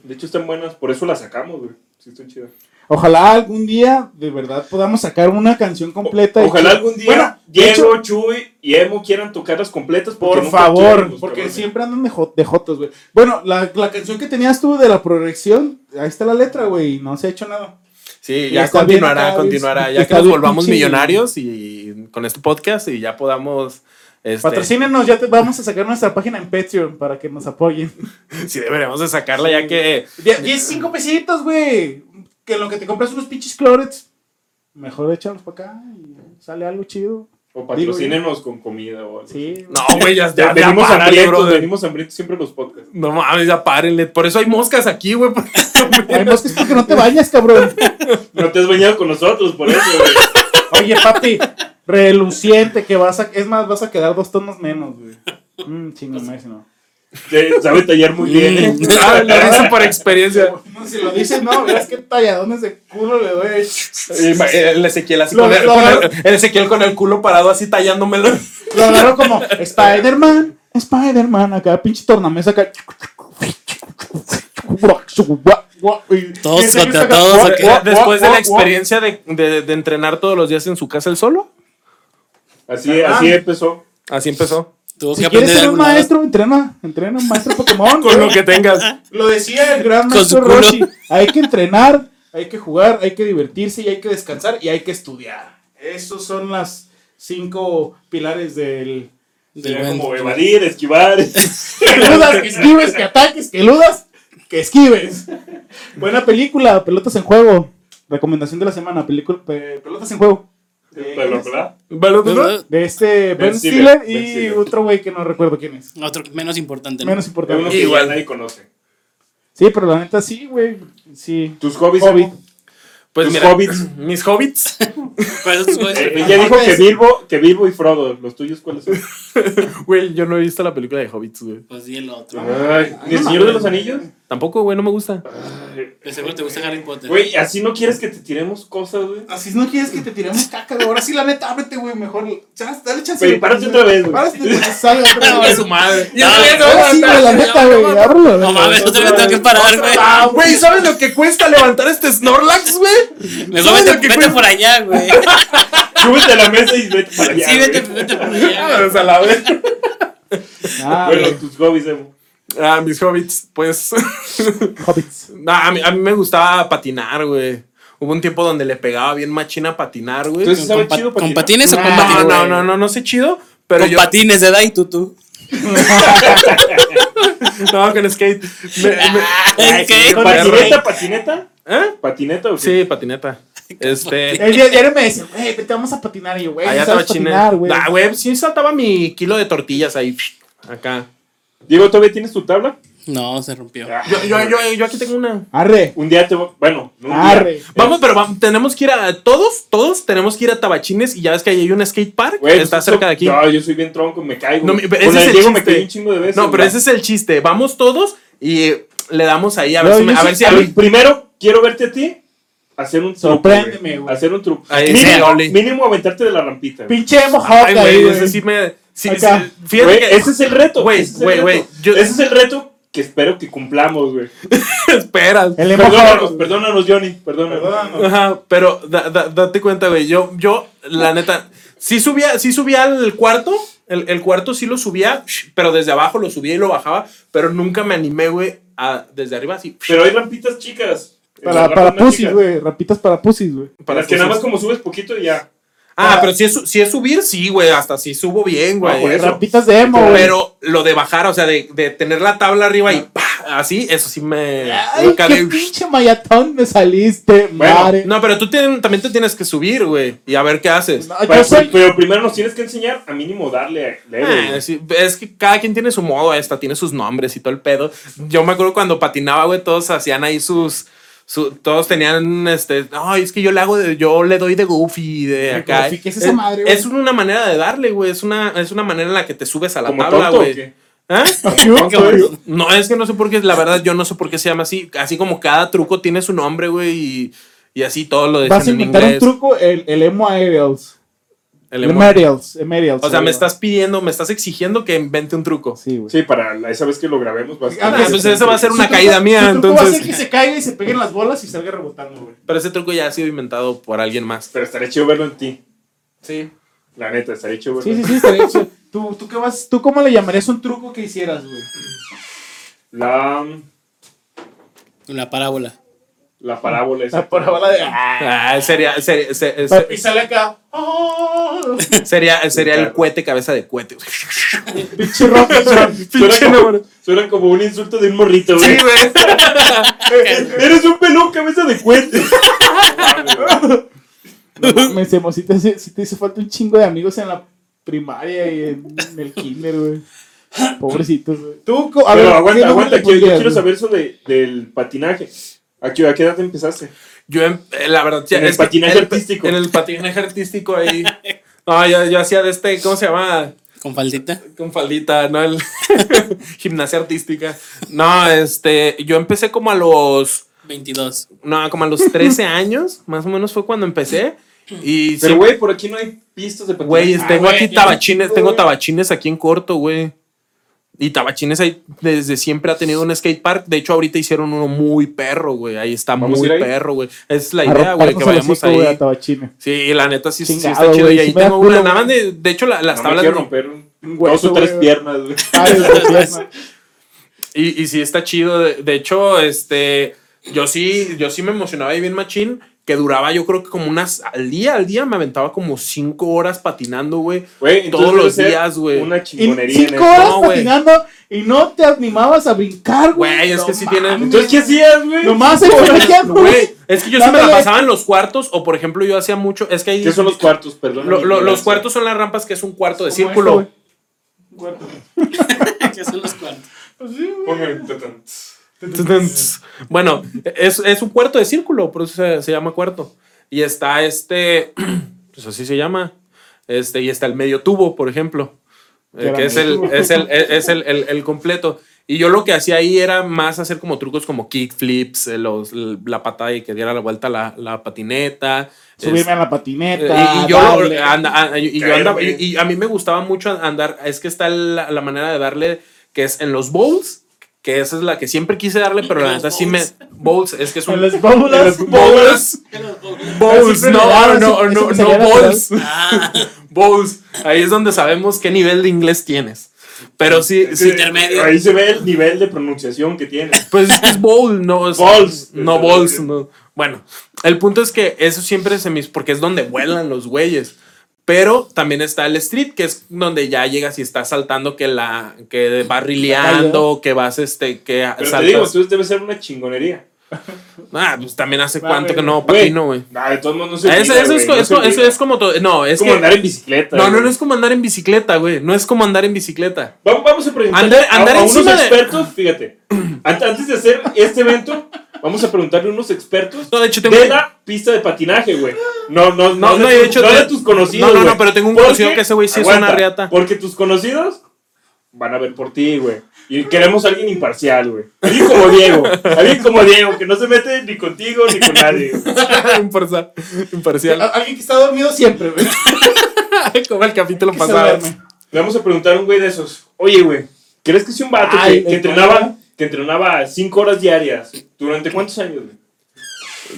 S1: De hecho, están buenas. Por eso las sacamos, güey. Sí están chidas.
S4: Ojalá algún día de verdad podamos sacar una canción completa. y-
S1: Ojalá algún día
S4: Bueno, de
S1: Diego, Chuy y Emo quieran tocar las completas. porque
S4: Por
S1: nunca quieren
S4: favor,
S1: los
S4: porque
S1: cabrones.
S4: siempre andan de, jo- de jotos, güey. Bueno, la, la canción que tenías tú de la progresión, ahí está la letra, güey, y no se ha hecho nada.
S2: Sí,
S4: Y
S2: ya
S4: está bien
S2: continuará,
S4: acá,
S2: continuará.
S4: güey.
S2: Ya que
S4: Está
S2: nos
S4: bien
S2: volvamos
S4: pinche-
S2: millonarios y con este podcast y ya podamos. Este,
S4: Patrocínenos, ya te vamos a sacar nuestra página en Patreon para que nos apoyen.
S2: Sí, deberíamos de sacarla ya que.
S4: 15 pesitos, güey. Que en lo que te compras unos pinches clorets. Mejor échalos para acá y sale algo chido.
S1: O patrocínenos con comida o algo.
S4: Sí.
S2: No, güey, ya,
S1: Ya,
S2: ya, ya
S1: venimos
S2: párale,
S1: hambrientos,
S2: brother.
S1: venimos hambrientos siempre a los podcasts.
S2: No mames, ya párenle. Por eso hay moscas aquí, güey.
S4: <laughs>
S2: porque-
S1: <laughs>
S4: Además que es porque no te bañas, cabrón.
S1: No te has bañado con nosotros, por eso, güey.
S4: Oye, papi, reluciente que vas a... Es más, vas a quedar dos tonos menos, güey. Mm, chingo, más, no.
S1: Te- Sabe tallar muy bien. ¿eh?
S2: Ah, lo dicen por experiencia.
S4: No, si lo dices, no, verás qué talladones de culo le doy.
S2: El Ezequiel así
S4: Lo-
S2: con el,
S4: lo-
S2: con el- el Ezequiel con el culo parado así tallándomelo.
S4: Lo agarro como Spider-Man, Spider-Man, acá, pinche tornamesa acá.
S3: Todos
S4: Y ese que
S3: acá,
S4: saca,
S3: todos
S4: guau,
S3: acá.
S4: guau,
S2: Después de
S4: guau,
S2: la
S4: guau.
S2: experiencia de, de- de entrenar todos los días en su casa el solo.
S1: Así,
S2: Ah.
S1: así empezó.
S2: Así empezó.
S3: Tuvo
S4: Si
S3: que
S4: quieres
S3: aprender de
S4: ser un
S3: algún lado.
S4: maestro, entrena, entrena un maestro Pokémon.
S2: Con lo que tengas.
S4: Lo decía el gran
S3: Con
S4: maestro
S3: su culo.
S4: Roshi. Hay que entrenar, hay que jugar, hay que divertirse y hay que descansar y hay que estudiar. Esos son las cinco pilares del...
S3: Del
S1: Era
S3: buen-
S1: como evadir, esquivar.
S4: que eludas, que esquives, que ataques, que eludas, que esquives. Buena película, Pelotas en Juego. Recomendación de la semana, película Pe- Pelotas en Juego.
S1: Pero, ¿verdad?
S2: Balón-
S4: De este Ben,
S1: Ben
S4: Stiller,
S1: Stiller,
S4: y
S1: Ben Stiller.
S4: otro güey que no recuerdo quién es.
S3: Otro menos importante. ¿no?
S4: Menos
S1: Es uno
S4: importante.
S1: que
S2: Igual.
S1: ya nadie conoce.
S4: Sí, pero la neta sí, güey. Sí.
S1: Tus hobbies.
S4: Hobbit.
S1: Emo?
S2: Pues
S1: Tus
S2: mira, Pues
S1: hobbits.
S2: mis hobbits. <laughs>
S3: ¿Cuáles son tus juegos?
S1: Eh, ella dijo que Bilbo, que Bilbo y Frodo. ¿Los tuyos cuáles son?
S2: Güey, yo no he visto la película de hobbits, güey.
S3: Pues di el otro.
S1: Ay, ¿Ni el Señor de los Anillos?
S2: Tampoco, güey, no me gusta.
S3: De seguro te gusta Harry Potter.
S1: Güey, así no quieres que te tiremos cosas, güey.
S4: Así no quieres que te tiremos caca, güey. Ahora sí, la neta, ábrete, güey. Mejor. Chas, dale chance.
S1: Güey, párate otra vez, güey.
S4: Párate, güey, salga otra
S2: Ahora
S4: vez.
S2: su madre.
S3: Ya sabía, no,
S4: Ahora sí, güey, la neta, güey. Ábrelo.
S3: No mames, otra vez tengo que parar, güey.
S2: Ah, güey, ¿sabes lo que cuesta levantar este Snorlax, güey?
S3: Mejor
S2: ¿Sabes
S3: vete,
S2: lo que
S3: vete
S2: cuesta?
S3: por allá, güey.
S1: Súbete a la mesa y vete para allá.
S3: Sí, vete,
S1: güey.
S3: vete por allá.
S2: O sea, <laughs> la vez.
S4: Ah,
S1: Bueno,
S4: güey,
S1: tus hobbies, Emo.
S2: Ah, mis hobbits, pues. <laughs>
S4: Hobbits.
S2: Nah, a, mí, a mí me gustaba patinar, güey. Hubo un tiempo donde le pegaba bien machina a patinar, güey.
S1: Entonces, ¿sabe
S3: ¿Con, pa-
S1: chido
S3: con
S1: patinar?
S3: patines o con
S2: no,
S3: patines?
S2: no,
S3: Ah, güey?
S2: no, no, no sé chido, pero
S3: Con
S2: yo.
S3: patines de Dai, tú, tú.
S2: No, con skate. Me- me-
S3: Ay,
S2: sí,
S3: qué
S2: con
S3: perro.
S1: ¿Patineta, patineta?
S2: ¿Eh?
S1: ¿Patineta o qué?
S2: Sí, patineta. Este.
S4: El día- diario me decía, güey, te vamos a patinar. Y yo, güey,
S2: Allá
S4: no
S2: Ah, estaba
S4: sabes
S2: china.
S4: patinar, güey.
S2: Ah, güey, sí saltaba mi kilo de tortillas ahí. Acá.
S1: Diego, ¿todavía tienes tu tabla?
S3: No, se rompió.
S2: Yo, yo, yo, yo aquí tengo una.
S4: Arre,
S1: Un día te voy. Bueno, no un día.
S4: arre.
S2: Vamos, pero vamos, tenemos que ir a. Todos, todos tenemos que ir a Tabachines y ya ves que ahí hay un skate park.
S1: Güey,
S2: está
S1: pues,
S2: cerca de aquí. No,
S1: No, yo soy bien tronco, me caigo.
S2: No,
S1: güey.
S2: pero
S1: Con
S2: ese es
S1: el
S2: el
S1: Diego me
S2: chiste.
S1: caí un chingo de veces.
S2: pero ese es el chiste. Vamos todos y le damos ahí a ver
S4: No,
S2: si. me-
S4: yo
S2: A
S4: sí-
S2: ver si.
S1: A
S2: a
S1: ver,
S2: ver-
S1: primero, quiero verte a ti hacer un truco.
S4: Sorpréndeme, güey.
S1: Hacer un truco.
S2: Ahí, sí,
S1: mínimo,
S2: Oli.
S1: mínimo aventarte de la rampita. güey.
S4: Pinche
S2: Ay,
S4: mojado ahí,
S2: güey,
S4: güey.
S2: ese sí me. sí,
S4: Acá.
S2: sí, fíjate
S1: Güey,
S2: que.
S1: ese es el reto.
S2: Güey,
S1: ese es el
S2: güey,
S1: reto.
S2: güey, yo-
S1: Ese es el reto que espero que cumplamos, güey.
S2: esperas.
S4: El
S1: Perdónanos,
S4: mojado.
S1: perdónanos, Johnny. Perdónanos.
S2: <laughs> Ajá, pero da- da- date cuenta, güey. Yo, yo, la neta, sí subía, sí subía al cuarto. El, el cuarto sí lo subía, pero desde abajo lo subía y lo bajaba. Pero nunca me animé, güey, a desde arriba así.
S1: Pero hay rampitas chicas.
S4: Para,
S1: la
S4: para
S1: plática.
S4: pussies, güey. Rapitas para pussies, güey.
S1: Para
S2: Para
S1: que nada más
S2: cosas-
S1: como subes poquito y ya.
S2: Ah, pero si es, su- si es subir, sí, güey. Hasta si subo bien, güey.
S1: Ah, por eso.
S4: Rapitas de emo, güey.
S2: Pero lo de bajar, o sea, de, de tener la tabla arriba y ¡pa! así, eso sí me.
S4: Ay,
S2: me cabe.
S4: qué pinche mayatón me saliste,
S1: Bueno,
S4: madre.
S2: No, pero tú tien- también te tienes que subir, güey, y a ver qué haces.
S4: No, Ah, yo
S1: Pero,
S4: soy...
S1: pero primero nos tienes que enseñar a mínimo darle eh, leve.
S2: Ah,
S1: güey.
S2: sí, es que cada quien tiene su modo, esta tiene sus nombres y todo el pedo. Yo me acuerdo cuando patinaba, güey, todos hacían ahí sus. su- todos tenían este. No, es que yo le hago de. Yo le doy de goofy, de acá.
S4: goofy, ¿qué es esa madre, güey?
S2: es una manera de darle, güey. Es una, es una manera en la que te subes a la
S1: Como
S2: tabla,
S1: tonto. ¿o
S2: güey.
S1: qué?
S2: ¿Ah?
S4: Yo soy-
S2: No, es que no sé por qué, la verdad, yo no sé por qué se llama así. Así como cada truco tiene su nombre, güey, y, y así todo lo dicen
S4: Vas a
S2: en
S4: inventar un
S2: inglés.
S4: truco, el, el emo aerials.
S2: El
S4: El
S2: emo-
S4: aerials, aerials.
S2: o sea, me
S4: güey.
S2: estás pidiendo, me estás exigiendo que invente un truco.
S4: Sí, güey.
S1: Sí, para la- esa vez que lo grabemos va a
S2: Ah,
S1: estar-
S4: Aunque-
S2: pues esa va a ser
S4: Su
S2: una
S4: truco-
S2: caída mía,
S4: su truco va a ser
S2: entonces.
S4: que se caiga y se peguen las bolas y salga rebotando, güey.
S2: Pero ese truco ya ha sido inventado por alguien más.
S1: Pero estaría chido verlo en ti.
S2: Sí.
S1: La neta, estaría chido verlo. en
S4: Sí, sí,
S1: ti.
S4: sí, estaría chido. <laughs> ¿Tú, tú, qué vas, ¿Tú cómo le llamarías un truco que hicieras, güey?
S1: La,
S3: La parábola.
S1: la parábola esa.
S4: La parábola de...
S2: Ah, sería, sería, se- se-
S4: Y sale acá. ¡Oh!
S2: <laughs> sería, sería el cohete cabeza de cohete.
S4: <laughs> Pinche rock.
S1: Suena
S2: Pinche
S1: como,
S2: número.
S1: suena como un insulto de un morrito, güey.
S2: <laughs> Sí,
S1: <laughs>
S2: güey.
S1: Eres un pelón cabeza de cuente.
S4: Me se si te, hace- sí te hizo falta un chingo de amigos en la primaria y en, en el kinder, güey. Pobrecitos, güey. <laughs> Tú, co- a
S1: Pero
S4: ver, ¿qué
S1: aguanta,
S4: nombre
S1: aguanta.
S4: le
S1: Quiero, yo
S4: pondrías,
S1: quiero
S4: güey?
S1: saber eso de, del patinaje. ¿A qué, a qué edad te empezaste?
S2: Yo, em- eh, la verdad, ya-
S1: En el
S2: es que
S1: patinaje
S2: en el-
S1: artístico.
S2: En el patinaje artístico ahí. No, yo, yo hacía de este, ¿cómo se llama?
S3: Con faldita.
S2: Con faldita, ¿no? El- <laughs> gimnasia artística. No, este, yo empecé como a los,
S3: <laughs> 22.
S2: no, como a los 13 <laughs> años, más o menos fue cuando empecé. Y
S1: Pero,
S2: sí,
S1: güey, por aquí no hay pistas de patinaje.
S2: güey,
S4: Ah,
S2: tengo
S4: güey,
S2: aquí
S4: ya
S2: tabachines,
S4: estuvo,
S2: tengo
S4: güey.
S2: tabachines aquí en corto, güey. Y Tabachines ahí desde siempre ha tenido un skate park. De hecho, ahorita hicieron uno muy perro, güey. Ahí está
S1: ¿Vamos a
S2: muy
S1: ir ahí?
S2: perro, güey. Esa es la
S4: A
S2: idea, güey,
S4: rompernos
S2: que
S4: el
S2: vayamos
S4: hocico, güey,
S2: ahí.
S4: a Tabachines.
S2: Sí, la neta sí, sí está
S4: Chingado,
S2: chido.
S4: güey,
S2: Y ahí
S4: sí me da
S2: tengo una.
S4: culo,
S2: Nada más
S4: güey.
S2: de, de hecho, la- las
S1: no me
S2: tablas.
S1: quiero romper un- dos
S4: hueso,
S1: o tres
S4: güey.
S1: piernas, güey. <laughs>
S4: Varios de pierna.
S2: Y, y sí está chido. De, de hecho, este. Yo sí, yo sí me emocionaba y bien machín. Que duraba, yo creo que como unas. Al día, al día me aventaba como cinco horas patinando, güey.
S1: Güey, entonces
S2: Todos
S1: debe
S2: los
S1: ser
S2: días, güey.
S1: Una
S4: Y
S1: chingonería. en
S4: cinco
S1: eso.
S4: horas
S2: No, güey.
S4: patinando y no te animabas a brincar, güey.
S2: Güey, es que sí
S4: No
S2: tiene-
S4: mames.
S1: Entonces, ¿qué hacías, güey?
S4: Nomás se
S2: Güey,
S4: Pues,
S2: es que yo sí me la
S4: Dándole-
S2: pasaba en los cuartos. O por ejemplo, yo hacía mucho. Es que ahí.
S1: ¿Qué son los cuartos, perdón?
S2: lo- lo- los cuartos son las rampas que es un cuarto de círculo.
S3: ¿Qué son los cuartos?
S2: Bueno, es, es un cuarto de círculo, por eso se, se llama cuarto. Y está este, <clears throat> pues así se llama. Este, y está el medio tubo, por ejemplo. eh,
S4: Era
S2: que es
S4: medio
S2: el,
S4: tubo.
S2: es el, es es el, el- el completo. Y yo lo que hacía ahí era más hacer como trucos como kickflips, eh, los, la patada y que diera la vuelta la, la patineta.
S4: Subirme
S2: este,
S4: a la patineta.
S2: y, y yo,
S4: darle.
S2: anda- a- y yo
S1: Caer,
S2: andaba-
S1: güey.
S2: y- y a mí me gustaba mucho andar, es que está la, la manera de darle, que es en los bowls, que esa es la que siempre quise darle, pero la
S3: Los
S2: neta sí me... Bowls, es que es
S4: En
S2: un...
S4: las bóvulas.
S2: en los bowls,
S3: ¿Qué los
S2: bowls,
S4: Siempre le
S2: no, no,
S4: daba ese-
S2: no,
S4: ese
S2: no,
S4: señal
S2: bowls,
S3: Ah,
S2: <laughs> bowls. Ahí es donde sabemos qué nivel de inglés tienes. Pero sí,
S1: Sí,
S2: sí
S3: intermedio.
S1: Ahí se ve el nivel de pronunciación que tiene.
S2: Pues es que es bowl, no es
S1: Balls.
S2: No balls, no. Bueno, el punto es que eso siempre se me porque es donde vuelan los güeyes. Pero también está el street, que es donde ya llegas y estás saltando que la que vas rileando, que vas este que
S1: Pero te
S2: saltas.
S1: digo, entonces debe ser una chingonería.
S2: Ah, pues también hace
S4: Vale,
S2: cuánto que
S4: güey.
S2: no patino, güey.
S1: Nah, Ah, de todos modos no se
S2: Eso,
S1: olvida,
S2: eso
S1: güey,
S2: es,
S1: no
S2: co- es
S1: se
S2: co- eso
S1: olvida.
S2: es como todo. No, es
S1: Es como
S2: que-
S1: andar en bicicleta.
S2: no, no,
S1: güey.
S2: no es como andar en bicicleta, güey. No es como andar en bicicleta.
S1: Vamos, vamos a preguntar
S2: Andar- andar
S1: a, a unos
S2: encima de-
S1: expertos, fíjate. Ant- Antes de hacer este evento, vamos a preguntarle a unos expertos
S2: No, de hecho tengo
S1: de
S2: <laughs>
S1: la pista de patinaje, güey. No, no, no,
S2: No,
S1: de,
S2: no, y de
S1: tus-
S2: hecho
S1: no
S2: te-
S1: de tus conocidos.
S2: No, no, no,
S1: güey.
S2: pero tengo un
S1: Porque-
S2: conocido que ese güey sí es
S1: aguanta,
S2: una riata.
S1: Porque tus conocidos van a ver por ti, güey. Y queremos a alguien imparcial, güey. Alguien como Diego. Alguien como Diego, que no se mete ni contigo ni con nadie. güey.
S2: Imparcial.
S1: <laughs>
S2: Imparcial.
S4: Alguien que está dormido
S2: <laughs>
S4: siempre, güey.
S2: Como el capítulo
S4: Que se
S2: pasado.
S4: duerme.
S1: Le vamos a preguntar a un güey de esos. Oye, güey, ¿crees que si un vato
S4: Ay,
S1: que, que
S4: me
S1: entrenaba,
S4: encanta.
S1: que entrenaba cinco horas diarias, ¿durante cuántos años, güey?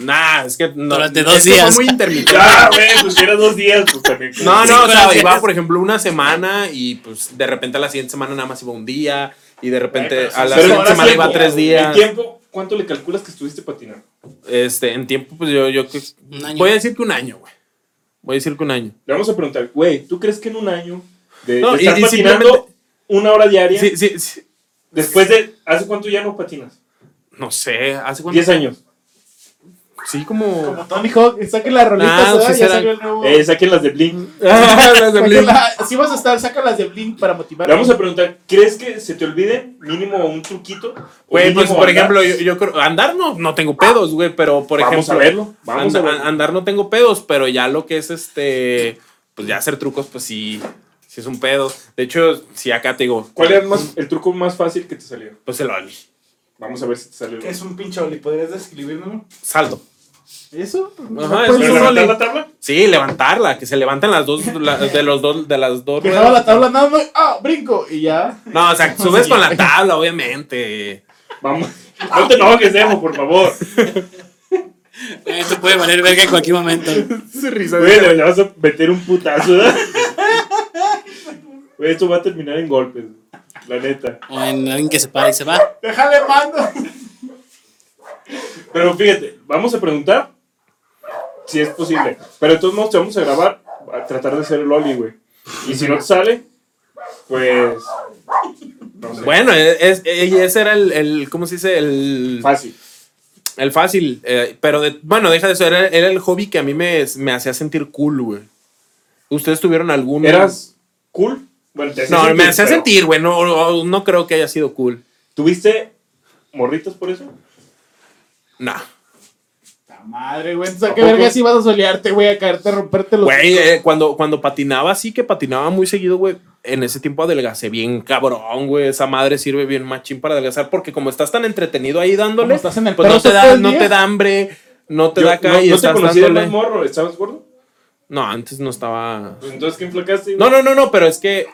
S2: Nah, es que no,
S3: Durante dos
S2: es que
S3: días.
S2: fue muy
S3: <laughs>
S2: intermitente.
S1: Ya, güey, pues si era dos días, pues también.
S2: No,
S3: Cinco
S2: no, o sea,
S3: horas
S2: iba,
S3: diarias.
S2: por ejemplo, una semana y pues de repente a la siguiente semana nada más iba un día y de repente
S4: Güey, pero
S2: a
S1: Pero
S2: la
S4: son seis
S2: siguiente
S1: ahora
S4: horas
S2: semana
S1: tiempo,
S2: iba tres
S1: El
S2: días.
S1: tiempo cuánto le calculas que estuviste patinando?
S2: Este, en tiempo, pues yo, yo que-
S3: Un año.
S2: voy a decir que un año, güey. Voy a decir que un año.
S1: Le vamos a preguntar, güey, ¿tú crees que en un año de,
S2: No,
S1: de
S2: y-
S1: estar
S2: y
S1: patinando
S2: simplemente-
S1: una hora diaria,
S2: Sí, sí, sí.
S1: después de, ¿hace cuánto ya no patinas?
S2: No sé, hace cuánto.
S1: Diez años.
S2: Sí, como. <laughs>
S4: Como Tony Hawk, saquen la rolita,
S2: Ah,
S4: ¿verdad?
S2: sí
S4: ya
S2: será.
S4: salió el nuevo.
S1: Eh, saquen las de
S2: Mm,
S1: Blink. <laughs>
S2: Las de Blink.
S4: Sáquenla- si vas a estar, saca las de Blink para motivar.
S1: Le vamos a preguntar, ¿crees que se te olvide mínimo un truquito? O
S2: Güey, pues
S1: mínimo
S2: por
S1: andar.
S2: ejemplo, yo, yo creo. Andar no, no tengo pedos, güey, pero por
S1: vamos
S2: ejemplo.
S1: a verlo. Vamos
S2: anda-
S1: a verlo.
S2: andar no tengo pedos, pero ya lo que es este. Pues ya hacer trucos, pues sí. Sí es un pedo. De hecho, si acá te digo.
S1: ¿Cuál era el más- el truco más fácil que te salió?
S2: Pues el ollie.
S1: Vamos a ver si te salió.
S4: Es un pinche Oli, ¿podrías describirlo?
S2: Salto.
S4: ¿Eso?
S2: Ajá,
S4: Pues,
S1: ¿Pero
S2: es un
S1: levantar
S2: ollie.
S1: la tabla?
S2: Sí, levantarla, que se levantan las dos, la- de los dos, de las dos
S4: Dejaba la
S2: ruedas.
S4: tabla andando y, ¡ah, brinco! Y ya.
S2: No, o sea, subes con la tabla, obviamente.
S1: Vamos. No te enojes, Emo, por favor.
S3: Esto puede valer verga en cualquier momento.
S1: Güey, le vas a meter un putazo, ¿verdad? Güey, esto va a terminar en golpes. La neta.
S3: O en alguien que se para y se va.
S4: ¡Déjale, mando!
S1: Pero fíjate, vamos a preguntar si es posible. Pero de todos modos te vamos a grabar, a tratar de hacer el Oli, güey. Y si no te sale, pues. No sé.
S2: Bueno, es, es- ese era el, el- ¿cómo se dice? El,
S1: Fácil.
S2: el fácil. eh, pero, de- bueno, deja de eso. Era, era el hobby que a mí me, me hacía sentir cool, güey. ¿Ustedes tuvieron algún...?
S1: ¿Eras cool? Bueno, te hacía
S2: No, me hacía
S1: pero
S2: sentir, güey. No, no- no creo que haya sido cool.
S1: ¿Tuviste morritas por eso?
S2: Nah.
S4: ¡La madre, güey! Entonces, ¿a qué
S1: ¿A poco?
S4: verga si vas a solearte, güey? A caerte, a romperte los...
S2: Güey, eh, cuando, cuando patinaba así, que patinaba muy seguido, güey. En ese tiempo adelgacé bien cabrón, güey. Esa madre sirve bien machín para adelgazar porque como estás tan entretenido ahí dándole,
S4: Como estás en el
S2: pues no
S4: perro
S2: te,
S4: todo
S2: da,
S4: el
S2: no
S4: día.
S2: te da hambre, no te
S1: Yo-
S2: da acá
S1: no,
S2: y
S1: no te
S2: estás
S1: conocí de
S2: dándole.
S1: más morro, ¿estabas gordo?
S2: No, antes no estaba...
S1: Pues entonces, ¿qué enflacaste? güey?
S2: No, no, no, no, pero es que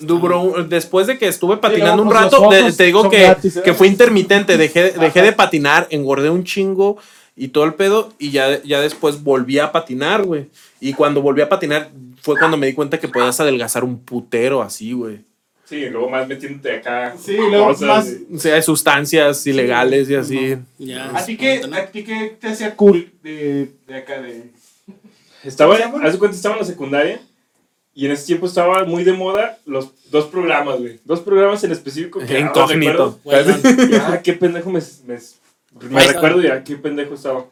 S2: duró un- después de que estuve patinando
S4: luego,
S2: un
S4: pues,
S2: rato,
S4: los
S2: de-
S4: ojos
S2: te digo
S4: son
S2: que,
S4: gratis, ¿eh?
S2: que fue intermitente, dejé, dejé de patinar, engordé un chingo y todo el pedo y ya, ya después volví a patinar, güey. Y cuando volví a patinar fue cuando me di cuenta que podías adelgazar un putero así, güey.
S1: Sí, y luego más metiéndote acá.
S4: Sí, y luego más-
S1: güey.
S2: O sea, sustancias ilegales y así.
S3: Ya.
S4: ¿A ti qué,
S3: ¿no?
S4: a ti qué te hacía cool de, de acá, de...
S1: Estaba,
S4: ¿Cómo se llama?
S1: haz de cuenta, estaba en la secundaria y en ese tiempo estaba muy de moda los dos programas, güey. Dos programas en específico
S2: <laughs>
S1: que ahora
S2: Incógnito.
S3: Bueno,
S1: recuerdo, y, <laughs> ah, qué pendejo me, me, me
S3: Ahí está.
S1: recuerdo ya, qué pendejo estaba.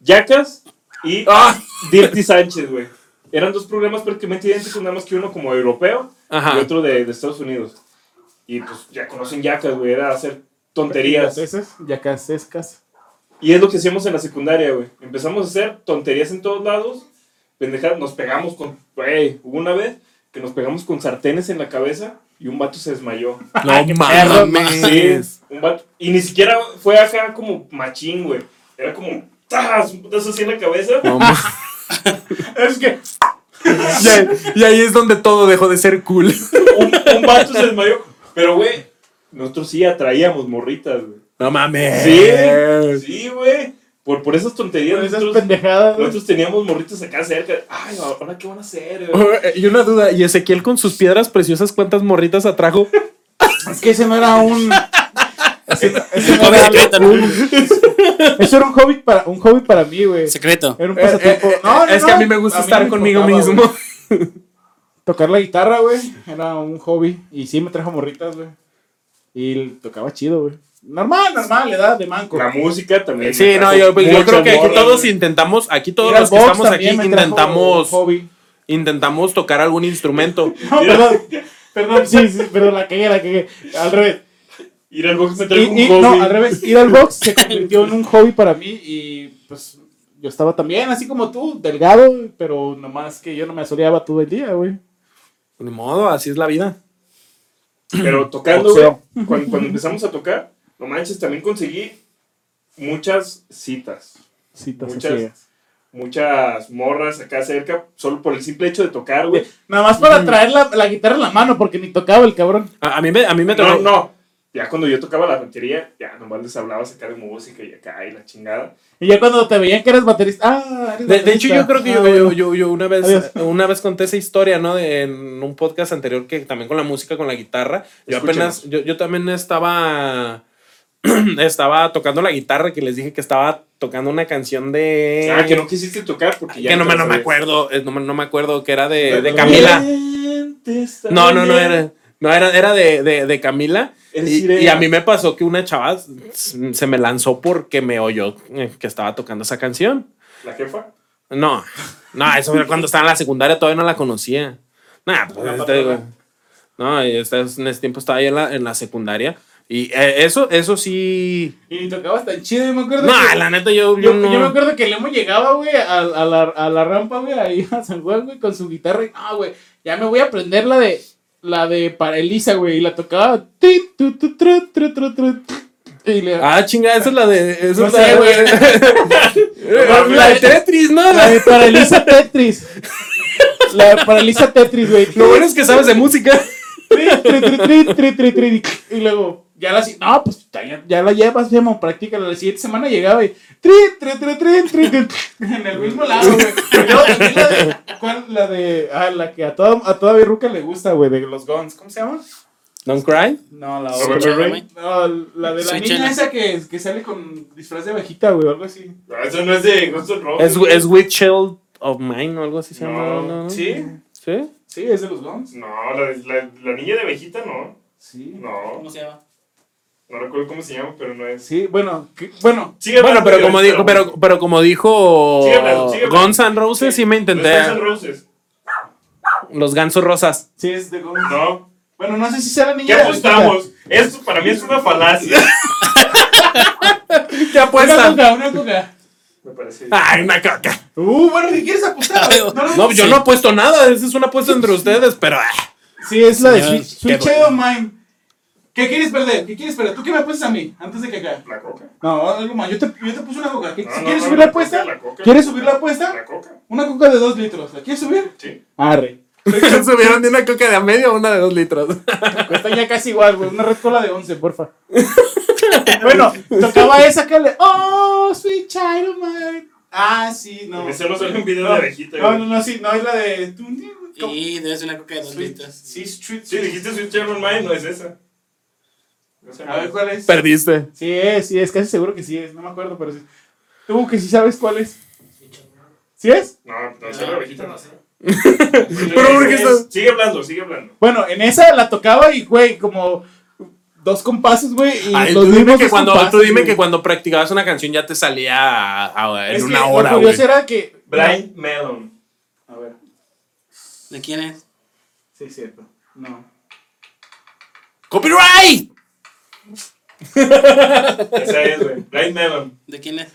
S1: Yacas y
S2: Ah,
S1: Dirty Sánchez, güey. Eran dos programas prácticamente idénticos, nada más que uno como europeo y
S2: Ajá.
S1: otro de, de Estados Unidos. Y pues ya conocen Yacas, güey, era hacer tonterías.
S4: Esas, y acá sescas.
S1: Y es lo que hacíamos en la secundaria, güey. Empezamos a hacer tonterías en todos lados. Pendejadas, nos pegamos con. Güey, hubo una vez que nos pegamos con sartenes en la cabeza y un vato se desmayó.
S2: No
S4: perro,
S1: Sí,
S2: mames.
S1: un vato. Y ni siquiera fue acá como machín, güey. Era como. ¡Tas! Un putazo así en la cabeza.
S2: No mames.
S4: Es que...
S2: Y ahí- y ahí es donde todo dejó de ser cool.
S1: Un, un vato se desmayó. Pero, güey, nosotros sí atraíamos morritas, güey.
S2: No mames. Eh.
S1: Sí, sí, güey. Por, por esas tonterías.
S4: Con esas
S1: nosotros,
S4: pendejadas. güey.
S2: pues,
S1: nosotros teníamos morritas acá cerca. Ay, ahora qué van a hacer, güey.
S2: <laughs> Y una duda, ¿y Ezequiel con sus piedras preciosas cuántas morritas
S4: <laughs>
S2: atrajo?
S4: Es que ese no era un... <laughs>
S2: <laughs>
S4: ese- ese no
S3: Hobby
S4: era
S3: secreto,
S4: algo cool. Eso era un hobby para, un hobby para mí, güey.
S3: Secreto.
S4: Era un pasatiempo. No, no,
S2: Eh, es que a
S4: no.
S2: mí me gusta
S4: A mí
S2: estar
S4: me
S2: conmigo
S4: importaba,
S2: mismo.
S4: güey. Tocar la guitarra, güey, era un hobby. Y sí me trajo morritas, güey. Y tocaba chido, güey. Normal, normal, edad de manco.
S1: La música también.
S2: <laughs> Sí, no, yo, pues, yo
S1: Muchas
S2: creo que aquí
S1: morras,
S2: todos
S1: güey.
S2: intentamos, aquí todos
S4: Ir al
S2: los que
S4: box
S2: estamos aquí
S4: también me trajo
S2: intentamos,
S4: Hobby.
S2: intentamos tocar algún instrumento.
S4: <laughs> No, perdón. <laughs> Perdón, sí, sí, perdón, la cagué, la cagué. Al revés.
S1: Ir al box me
S4: Y,
S1: trae un
S4: y-
S1: hobby.
S4: no, al revés. Ir al
S2: <laughs>
S4: box se convirtió en un hobby para mí y pues yo estaba también, así como tú, delgado, pero nomás que yo no me asoleaba todo el día, güey.
S2: Ni modo, así es la vida.
S1: Pero tocando, güey,
S4: Boxeo.
S1: cuando, cuando empezamos a tocar, no manches, también conseguí muchas citas.
S4: Citas
S1: Muchas.
S4: así.
S1: Muchas morras acá cerca, solo por el simple hecho de tocar, güey.
S4: Nada más para traer la, la guitarra en la mano, porque ni tocaba el cabrón.
S2: A, a mí me, a mí me tocó.
S1: No, no. Ya cuando yo tocaba la batería, ya nomás les hablabas acá de música y acá y la chingada.
S4: Y ya cuando te veían que eres baterista. Ah, eres
S2: De, de
S4: baterista.
S2: hecho, yo creo que yo,
S4: Ah,
S2: yo,
S4: bueno.
S2: yo- yo una,
S4: Adiós.
S2: vez, una vez conté esa historia, ¿no? De- en un podcast anterior que también con la música, con la guitarra. Yo
S1: Escúchenos.
S2: apenas, yo, yo también estaba <clears throat> estaba tocando la guitarra que les dije que estaba tocando una canción de.
S1: Ah, que no quisiste tocar porque ya
S2: Eh, que no, me,
S1: te
S2: no me
S1: sabes.
S2: acuerdo, eh, no, me- no me acuerdo que era de, de Camila. No, no, no era. No, era, era de, de- de Camila.
S1: Eres
S2: Y,
S1: sirena.
S2: y a mí me pasó que una chava s- se me lanzó porque me oyó eh, que estaba tocando esa canción.
S1: La jefa.
S2: No, no, eso era cuando estaba en la secundaria, todavía no la conocía. Nah, pues,
S1: La
S2: te digo, no, y esta- en ese tiempo estaba ahí en la, en la secundaria. Y eh, eso, eso sí.
S4: Y tocabas tan chido, me acuerdo.
S2: No,
S4: que-
S2: la neta, yo. yo
S4: Yo,
S2: no-
S4: yo me acuerdo que Lemo llegaba, güey, a, a la, a la rampa, güey, ahí a San Juan, güey, con su guitarra. Y, ah, güey, ya me voy a aprender la de, la de para Elisa, güey. Y la tocaba. ti, tu, tu, tru, tru, tru, tru, Y le...
S2: Ah, chinga, esa es la de. Esa
S4: No
S2: es la,
S4: sé, güey.
S2: Eh, <laughs> la de Tetris, ¿no?
S4: La
S2: La-
S4: de para Elisa Tetris. La de para Elisa Tetris, güey.
S2: Lo bueno es que sabes de música.
S4: Tri, tri, tri, tri, tri, tri, tri. Y luego, ya la, si- no, pues ya, ya la llevas, Memo, practícala. La siguiente semana llegaba y tri, tri, tri, tri, tri, tri, tri. en el mismo lado, güey. Y luego también la de, ¿cuál? La de, ah, la que a toda, a toda birruca le gusta, güey, de los Guns. ¿Cómo se llama?
S2: Don't cry.
S4: No, la
S1: Sweet
S4: otra.
S1: Chela,
S3: güey.
S1: güey.
S4: No, la de la
S3: Sweet
S4: niña
S3: Chela.
S4: esa que, que sale con disfraz de abejita, güey, o algo así.
S1: No, Eso no es de Guns N' Roses.
S2: Es, es With Child of Mine o algo así se llama.
S1: No.
S2: ¿no?
S4: ¿Sí?
S2: ¿Sí?
S4: Sí, es de los Guns.
S1: No, la, la, la niña de abejita no.
S4: Sí.
S1: No.
S3: ¿Cómo se llama?
S1: No recuerdo cómo se llama, pero no es.
S4: Sí, bueno, que- bueno,
S1: Sigue
S2: Bueno,
S1: hablando
S2: pero
S1: de
S2: como
S1: Guns
S2: dijo,
S1: N'
S2: pero, pero como dijo
S1: Sigue hablando, sigue hablando.
S2: Guns N' Roses, sí me intenté.
S1: Los Guns N' Roses.
S2: Los gansos rosas.
S4: sí es de Guns.
S1: No.
S4: Bueno, no sé si sea la niña
S1: ¿Qué
S4: de abejita.
S1: apostamos? Esto para mí es una falacia.
S2: <laughs> ¿Qué
S4: Una
S2: apuesta?
S4: coca, una coca.
S1: Me parece.
S2: Ay, una caca.
S4: Uh, bueno, ¿qué quieres
S3: <laughs>
S4: apostar?
S3: Ay, no,
S2: No, yo no apuesto nada. Esa es una apuesta entre ustedes, pero. ah.
S4: Sí, es la de
S3: Señor,
S4: Switch.
S3: qué
S4: Switch Shadow Mine. ¿Qué quieres perder? ¿Qué quieres perder? ¿Tú qué me apuestas a mí? Antes de que acá.
S1: La coca.
S4: No, algo más. Yo te, yo te puse una coca. ¿Qué-
S1: No,
S4: si
S1: no,
S4: ¿Quieres
S1: no,
S4: subir
S1: la
S4: la
S1: coca,
S4: apuesta?
S1: la coca.
S4: ¿Quieres subir la
S1: La
S4: apuesta?
S1: coca.
S4: Una coca de 2 litros. ¿La quieres subir?
S1: Sí.
S4: Arre.
S2: Subieron de una coca de a medio a una de dos litros.
S4: Cuesta ya casi igual, güey. Una red cola de
S3: <laughs>
S4: 11, porfa. bueno, tocaba esa que le. ¡Oh, Sweet Child of Mine! Ah, sí, no.
S1: Ese no sale un video
S4: No,
S1: de abejita.
S4: No,
S1: güey.
S4: no, no, sí, no es la de. ¿Cómo?
S3: Y debes una coca de dos
S4: Sweet-
S3: litros.
S4: Sí, Street.
S1: Sí, dijiste Sweet Child of Mine, no es esa. O sea,
S4: A ver cuál
S2: <laughs>
S4: es.
S2: Perdiste.
S4: Sí es, sí es, casi seguro que sí es, no me acuerdo, pero sí. Tú que sí sabes cuál es. ¿Sí es?
S1: No, no, soy la abejita, no sé.
S2: <laughs> Pero ¿por qué estás-
S1: Sigue hablando, sigue hablando.
S4: Bueno, en esa la tocaba y, güey, como dos compases, güey. y
S2: Ay,
S4: los
S2: tú dime,
S4: mismos
S2: que
S4: dos
S2: cuando,
S4: compases,
S2: tú dime
S4: güey.
S2: que cuando practicabas una canción ya te salía a- a- en
S4: Es que
S2: una hora,
S4: Lo
S2: güey.
S4: curioso era que.
S1: Blind Melon.
S4: A ver,
S3: ¿De quién es?
S4: sí, cierto. No.
S2: ¡Copyright!
S1: Esa es, güey. Blind Melon.
S3: ¿De quién es?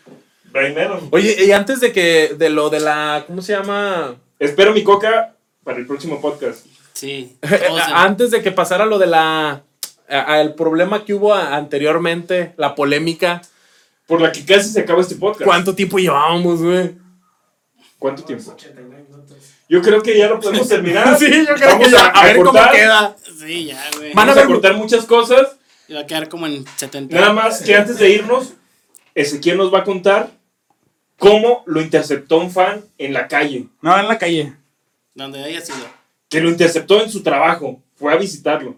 S1: Blind Melon.
S2: Oye, y antes de que, de lo de la, ¿cómo se llama?
S1: Espero mi coca para el próximo podcast.
S3: Sí.
S2: Eh,
S3: todos
S2: a- antes de que pasara lo de la, a- al problema que hubo a- anteriormente, la polémica,
S1: Por la que casi se acaba este podcast.
S2: ¿cuánto tiempo llevábamos, güey?
S1: ¿Cuánto tiempo? Yo creo que ya lo
S2: <laughs>
S1: podemos terminar.
S2: <laughs> Sí, yo creo
S1: Vamos
S2: que ya, a, ver cómo
S1: cortar.
S2: queda.
S3: en- Sí, ya, güey.
S2: Van
S1: Vamos
S2: a
S1: a
S2: ver-
S1: cortar muchas cosas.
S3: Y va a quedar como en 70.
S1: Nada más que antes de irnos, Ezequiel nos va a contar cómo lo interceptó un fan en la calle.
S4: No, en la calle.
S3: Donde haya sido.
S1: Que lo interceptó en su trabajo. Fue a visitarlo.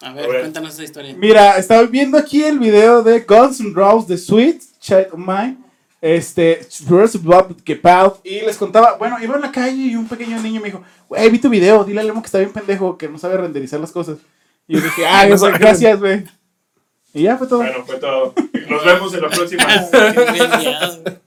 S3: A ver,
S1: A ver.
S3: cuéntanos esa historia.
S4: Mira, estaba viendo aquí el video de Guns N' Roses, The Sweet Child of Mine. Este, First Blood que Pau, Y les contaba, bueno, iba en la calle y un pequeño niño me dijo, güey, vi tu video, dile a Lemo que está bien pendejo, que no sabe renderizar las cosas. Y yo dije, ah,
S2: <laughs> No sabe
S4: gracias, güey. Y ya fue todo.
S1: Bueno, fue todo. Nos vemos en la próxima.
S3: <laughs> Qué buen día, güey.